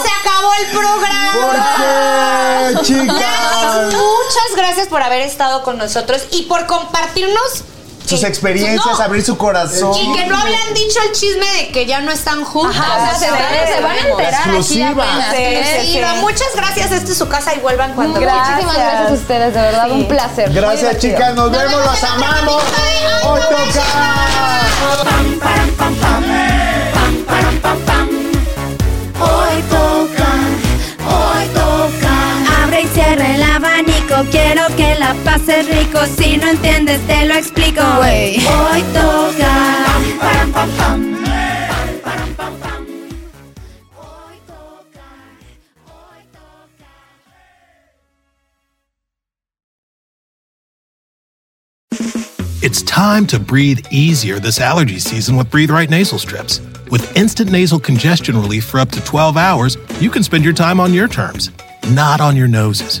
Se acabó el
¿Por
programa.
qué, chicas?
Muchas gracias por haber estado con nosotros y por compartirnos
Sus
que-
experiencias,
No,
abrir su corazón.
Y que no habían dicho el chisme de que ya no están juntas.
Ajá, Ah, o sea, se, van, se van a enterar
Exclusiva.
aquí
Sí,
apenas. ¿eh?
sí,
Exclusiva. Muchas gracias. Esta es su casa y vuelvan cuando quieran.
Muchísimas gracias a ustedes, de verdad, un placer. Muy
Gracias,
divertido.
chicas. Nos,
Nos
vemos,
vemos
las
en otra
amamos.
bonita de Ay,
Hoy
no me
toca.
Hoy toca, hoy toca. Abre y cierra el abanico, quiero que la pases rico. Si no entiendes, te lo explico. Hoy toca. Hoy toca, hoy toca.
It's time to breathe easier this allergy season with Breathe Right Nasal Strips. With instant nasal congestion relief for up to 12 hours, you can spend your time on your terms, not on your noses.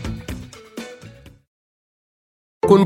Con